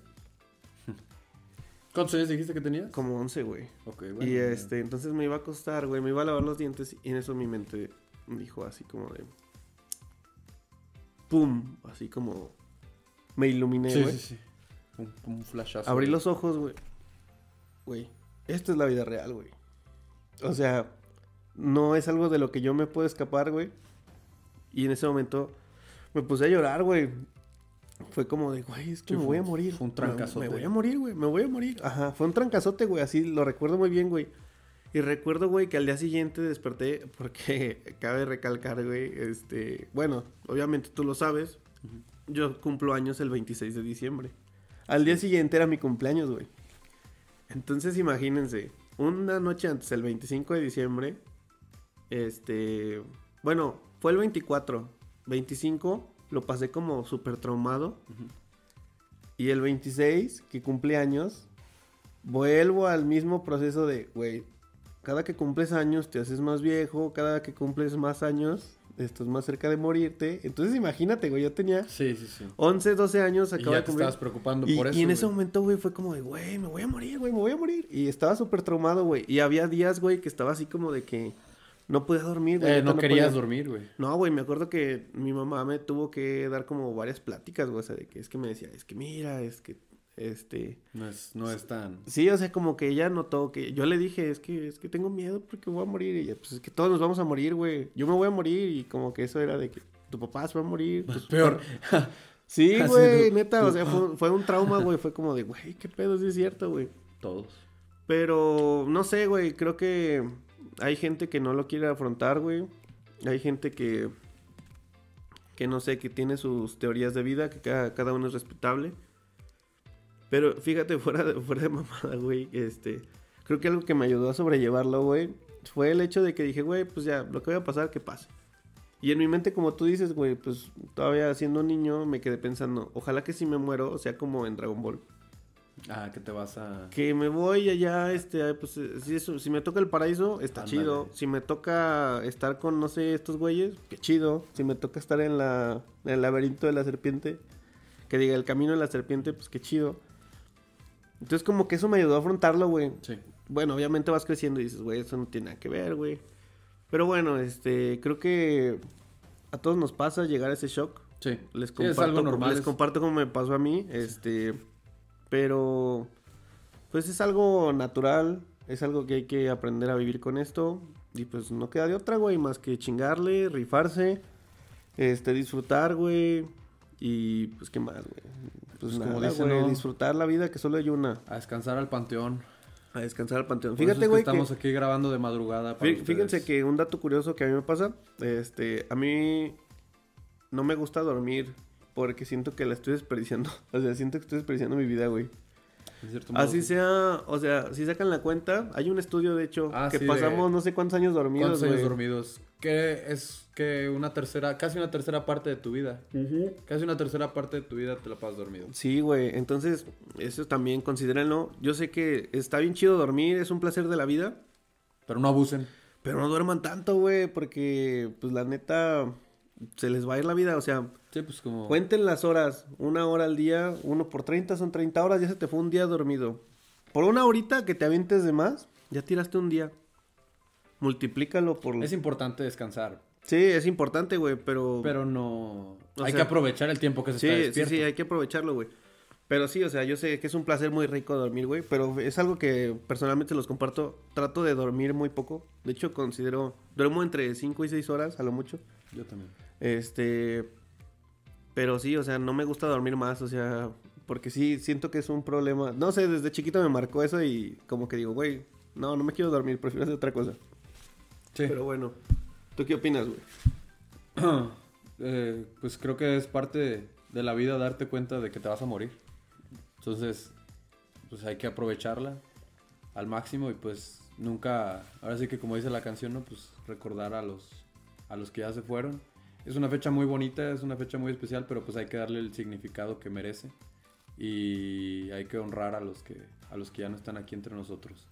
A: ¿Cuántos años dijiste que tenías?
C: Como 11, güey.
A: Ok,
C: y este, entonces me iba a acostar, güey, me iba a lavar los dientes y en eso mi mente dijo así como de... ¡Pum! Así como... Me iluminé,
A: Sí,
C: güey.
A: sí, sí. Un, un flashazo.
C: Abrí
A: güey.
C: los ojos, güey. Güey, esto es la vida real, güey. O sea, no es algo de lo que yo me puedo escapar, güey. Y en ese momento me puse a llorar, güey. Fue como de, güey, es que
A: Sí,
C: me
A: fue
C: voy a
A: un-
C: morir.
A: fue un
C: Me-
A: trancazote.
C: Me, voy a morir, güey, me voy a morir. Ajá, fue un trancazote, güey, así lo recuerdo muy bien, güey. Y recuerdo, güey, que al día siguiente desperté porque cabe recalcar, güey, este... Bueno, obviamente tú lo sabes. Yo cumplo años el 26 de diciembre. Al día siguiente era mi cumpleaños, güey. Entonces imagínense, una noche antes, el 25 de diciembre, este, bueno, fue el 24, 25 lo pasé como súper traumado. Y el 26, que cumple años, vuelvo al mismo proceso de, güey, cada que cumples años te haces más viejo, cada que cumples más años estás más cerca de morirte. Entonces imagínate, güey, yo tenía
A: Sí, sí, sí.
C: 11, 12 años,
A: Y
C: acababa
A: ya
C: de
A: te
C: cumplir.
A: estabas preocupando
C: Y,
A: por eso.
C: y en ese
A: güey.
C: momento, güey, fue como de, güey, me voy a morir, güey, me voy a morir. Y estaba súper traumado, güey. Y había días, güey, que estaba así como de que no podía dormir, güey.
A: Eh,
C: neta,
A: no querías
C: podía.
A: dormir, güey.
C: No, güey, me acuerdo que mi mamá me tuvo que dar como varias pláticas, güey. O sea, de que es que me decía, es que mira, es que, este...
A: No es, no es tan.
C: Sí, o sea, como que ella notó que... Yo le dije, es que, es que tengo miedo porque voy a morir. Y ella, pues es que todos nos vamos a morir, güey. Yo me voy a morir. Y como que eso era de que tu papá se va a morir. tus
A: Peor.
C: Sí,
A: Así
C: güey,
A: tú-
C: neta, o
A: tú-
C: sea, fue, fue un trauma, güey, fue como de, güey, qué pedo, sí es cierto, güey.
A: Todos.
C: Pero, no sé, güey, creo que hay gente que no lo quiere afrontar, güey. Hay gente que, que no sé, que tiene sus teorías de vida, que cada, cada uno es respetable. Pero fíjate, fuera de, fuera de mamada, güey, este, creo que algo que me ayudó a sobrellevarlo, güey, fue el hecho de que dije, güey, pues ya, lo que vaya a pasar, que pase. Y en mi mente, como tú dices, güey, pues todavía siendo niño me quedé pensando, ojalá que si me muero sea como en Dragon Ball.
A: Ah, que te vas a.
C: Que me voy allá, este, ay, pues eh, si, eso- si me toca el paraíso, está
A: Ándale.
C: chido. Si me toca estar con, no sé, estos güeyes, qué chido. Si me toca estar en la en el laberinto de la serpiente, que diga el camino de la serpiente, pues qué chido. Entonces como que eso me ayudó a afrontarlo, güey.
A: Sí.
C: Bueno, obviamente vas creciendo y dices, güey, eso no tiene nada que ver, güey. Pero bueno, este, creo que a todos nos pasa llegar a ese shock.
A: Sí.
C: Les
A: Sí,
C: comparto,
A: es algo normal.
C: les
A: es-
C: comparto como me pasó a mí, este, pero pues es algo natural, es algo que hay que aprender a vivir con esto y pues no queda de otra, güey, más que chingarle, rifarse, este, disfrutar, güey, y pues qué más, güey. Pues
A: Pues, como
C: como dice,
A: dicen, ¿no?
C: disfrutar la vida que solo hay una,
A: A descansar al panteón.
C: a descansar al panteón.
A: Por eso es
C: Fíjate,
A: que
C: güey, que-
A: Estamos aquí grabando de madrugada. para
C: Fí- Fíjense
A: ustedes.
C: que un dato curioso que a mí me pasa, este, a mí no me gusta dormir porque siento que la estoy desperdiciando. O sea, siento que estoy desperdiciando mi vida, güey.
A: En cierto modo,
C: Así
A: sí.
C: sea, o sea, si sacan la cuenta, hay un estudio de hecho
A: Ah,
C: que
A: sí, de-
C: pasamos no sé cuántos años dormidos,
A: ¿Cuántos años
C: güey.
A: dormidos? Que es que una tercera, casi una tercera parte de tu vida. Casi una tercera parte de tu vida te la pasas dormido.
C: Sí, güey. Entonces, eso también considérenlo. Yo sé que está bien chido dormir, es un placer de la vida,
A: Pero no abusen.
C: pero no duerman tanto, güey, porque pues la neta se les va a ir la vida, o sea,
A: Sí, pues como.
C: Cuenten las horas, una hora al día, uno por 30 son 30 horas, ya se te fue un día dormido. Por una horita que te avientes de más, ya tiraste un día. Multiplícalo por...
A: Es importante descansar,
C: Sí, es importante, güey, pero...
A: pero no.
C: O
A: hay
C: sea-
A: que aprovechar el tiempo que se
C: sí,
A: está
C: sí,
A: despierto.
C: sí, hay que aprovecharlo, güey. Pero sí, o sea, yo sé que es un placer muy rico dormir, güey, pero es algo que personalmente los comparto. Trato de dormir muy poco. De hecho, considero... Duermo entre 5 y 6 horas, a lo mucho.
A: Yo también.
C: Este. Pero sí, o sea, no me gusta dormir más, o sea, porque sí siento que es un problema. No sé, desde chiquito me marcó eso y como que digo, güey, no, no me quiero dormir, prefiero hacer otra cosa.
A: Sí.
C: Pero bueno, ¿tú qué opinas, güey?
A: Eh, pues creo que es parte de, de la vida darte cuenta de que te vas a morir. Entonces, pues hay que aprovecharla al máximo y pues nunca, ahora sí que como dice la canción, ¿no? Pues recordar a los, a los que ya se fueron. Es una fecha muy bonita, es una fecha muy especial, pero pues hay que darle el significado que merece y hay que honrar a los que, a los que ya no están aquí entre nosotros.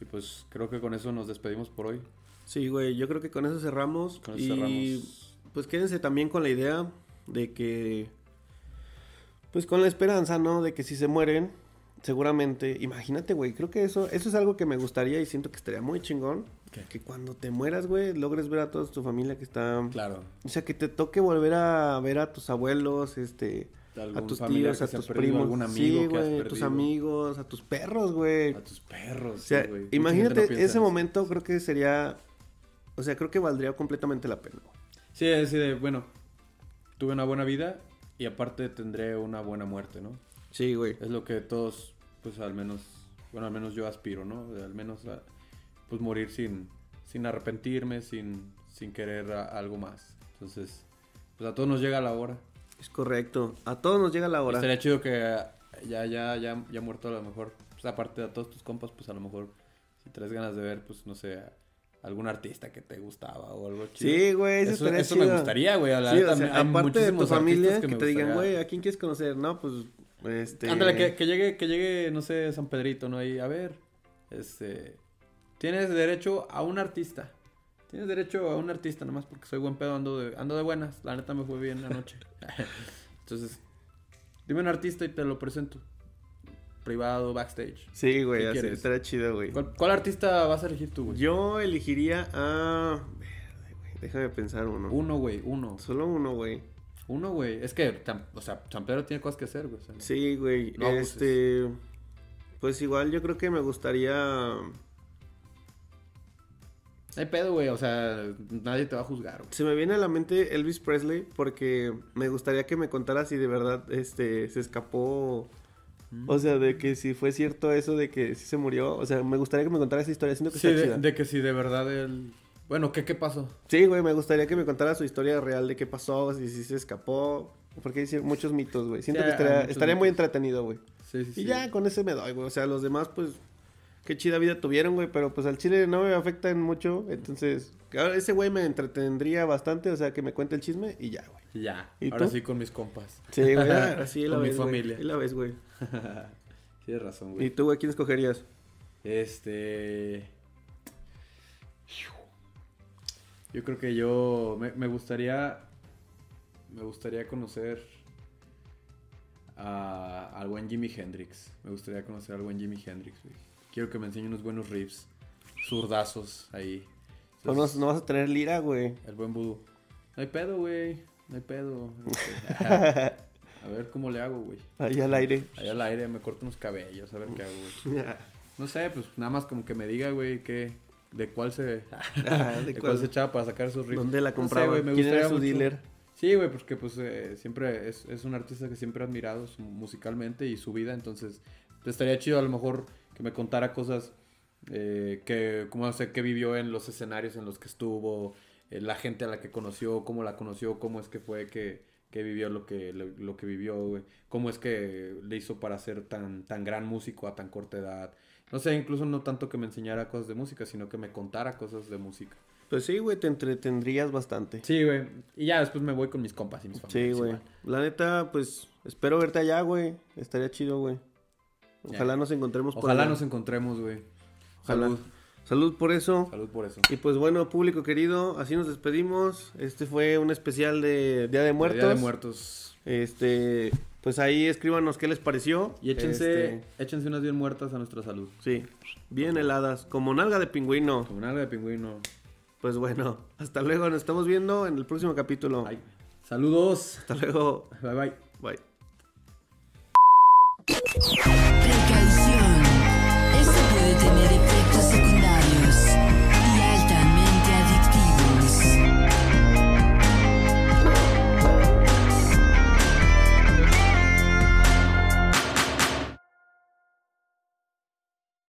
A: Y pues creo que con eso nos despedimos por hoy.
C: Sí, güey, yo creo que con eso cerramos.
A: Con eso
C: y
A: cerramos.
C: pues quédense también con la idea de que. Pues con la esperanza, ¿no? De que si se mueren, seguramente. Imagínate, güey, creo que eso, eso es algo que me gustaría y siento que estaría muy chingón.
A: ¿Qué?
C: Que cuando te mueras, güey, logres ver a toda tu familia que está.
A: Claro.
C: O sea, que te toque volver a ver a tus abuelos, este.
A: Algún
C: a tus
A: familiar
C: tíos,
A: que
C: a
A: se ha
C: tus
A: perdido,
C: primos.
A: algún amigo
C: sí,
A: que has
C: güey, tus
A: perdido.
C: amigos, a tus perros, güey.
A: A tus perros.
C: O sea,
A: sí, güey. Mucha gente
C: imagínate,
A: no piensa en
C: ese
A: eso.
C: momento creo que sería. O sea, creo que valdría completamente la pena. güey.
A: Sí, es de, bueno, tuve una buena vida y aparte tendré una buena muerte, ¿no?
C: Sí, güey.
A: Es lo que todos, pues al menos, bueno, al menos yo aspiro, ¿no? Al menos, a, pues morir sin, sin arrepentirme, sin, sin querer a- algo más. Entonces, pues a todos nos llega la hora.
C: Es correcto. A todos nos llega la hora.
A: Estaría chido que eh, ya, ya, ya, ya muerto a lo mejor, pues aparte de a todos tus compas, pues a lo mejor, si traes ganas de ver, pues no sé, a algún artista que te gustaba o algo chido.
C: Sí, güey, eso
A: eso,
C: estaría
A: eso me
C: chido.
A: gustaría, güey. a la
C: Sí,
A: neta,
C: o sea,
A: hay
C: aparte de tu
A: muchísimos
C: familia,
A: artistas
C: que,
A: me
C: te digan,
A: gustaría.
C: güey, ¿a quién quieres conocer? No, pues, este...
A: Ándale, que, que llegue, que llegue, no sé, San Pedrito, ¿no? Y a ver, este. Tienes derecho a un artista. Tienes derecho a un artista, nomás porque soy buen pedo, ando de, ando de buenas. La neta me fue bien anoche. Entonces, dime un artista y te lo presento. Privado, backstage.
C: Sí, güey,
A: ¿Qué
C: así,
A: quieres?
C: estaría chido, güey.
A: ¿Cuál, cuál artista vas a elegir tú, güey?
C: Yo elegiría a... Verde, güey, Déjame pensar uno.
A: Uno, güey, uno.
C: Solo uno, güey.
A: Uno, güey. Es que, tam- o sea, San Pedro tiene cosas que hacer, güey. o sea,
C: Sí, güey.
A: No abuses.
C: este... Pues igual yo creo que me gustaría...
A: No hay pedo, güey. O sea, nadie te va a juzgar, güey.
C: Se me viene a la mente Elvis Presley porque me gustaría que me contara si de verdad este se escapó. O sea, de que si fue cierto eso de que sí se murió. O sea, me gustaría que me contara esa historia. Siento que
A: Sí,
C: está
A: de,
C: chida.
A: de que sí, de verdad él. Bueno, ¿qué, qué pasó?
C: Sí, güey, me gustaría que me contara su historia real de qué pasó, si, si se escapó. Porque hay cier- muchos mitos, güey. Siento
A: Sí, hay
C: que estaría,
A: muchos
C: estaría muy
A: mitos.
C: entretenido, güey.
A: Sí, sí, sí.
C: Y ya con ese me doy, güey. O sea, los demás, pues, qué chida vida tuvieron, güey. Pero pues al chile no me afectan mucho. Entonces, ahora ese güey me entretendría bastante. O sea, que me cuente el chisme y ya, güey.
A: Y ya.
C: ¿Y
A: Ahora
C: tú?
A: sí con mis compas.
C: Sí, güey, así la
A: Con mi
C: ves, güey,
A: familia.
C: ahí la ves, güey.
A: Tienes razón,
C: ¿Y
A: güey.
C: tú, güey, quién escogerías?
A: Este. Yo creo que yo. Me, me gustaría. Me gustaría conocer. A, al buen Jimi Hendrix. Me gustaría conocer al buen Jimi Hendrix, güey. Quiero que me enseñe unos buenos riffs. Zurdazos ahí.
C: No, no- Pues no vas a tener lira, güey.
A: El buen vudú. No hay pedo, güey. No hay pedo. Este, A ver cómo le hago, güey.
C: Ahí al aire.
A: Ahí al aire me corto unos cabellos, a ver qué hago, güey.
C: Ah,
A: No sé, pues nada más como que me diga, güey, que de cuál se de,
C: Ah, ¿de
A: cuál,
C: cuál?
A: se echaba para sacar sus riffs.
C: ¿Dónde la
A: No sé,
C: compraba?
A: güey, me
C: ¿Quién era
A: gustaría
C: su
A: mucho.
C: dealer?
A: Sí, güey, porque pues eh, siempre es, es un artista que siempre he admirado su- musicalmente y su vida, entonces pues, estaría chido a lo mejor que me contara cosas eh, que, como sé, que vivió en los escenarios en los que estuvo, eh, la gente a la que conoció, cómo la conoció, cómo es que fue que, que vivió lo que, lo, lo que vivió, güey, cómo es que le hizo para ser tan, tan gran músico a tan corta edad. No sé, incluso no tanto que me enseñara cosas de música, sino que me contara cosas de música.
C: Pues sí, güey, te entretendrías bastante.
A: Sí, güey. Y ya después me voy con mis compas y mis
C: Sí,
A: familias.
C: güey.
A: igual.
C: La neta, pues espero verte allá, güey. Estaría chido, güey. Ojalá
A: Ya.
C: nos encontremos por
A: Ojalá
C: allá.
A: nos encontremos, güey.
C: Ojalá.
A: Salud.
C: Salud por eso.
A: Salud por eso.
C: Y pues bueno, público querido, así nos despedimos. Este fue un especial de Día de Muertos.
A: Día de muertos.
C: Este, pues ahí escríbanos qué les pareció.
A: Y échense,
C: Este,
A: échense unas bien muertas a nuestra salud.
C: sí, bien heladas, como nalga de pingüino.
A: Como un alga de pingüino.
C: Pues bueno, hasta luego, nos estamos viendo en el próximo capítulo.
A: Ay. Saludos.
C: Hasta luego,
A: Bye bye.
C: bye.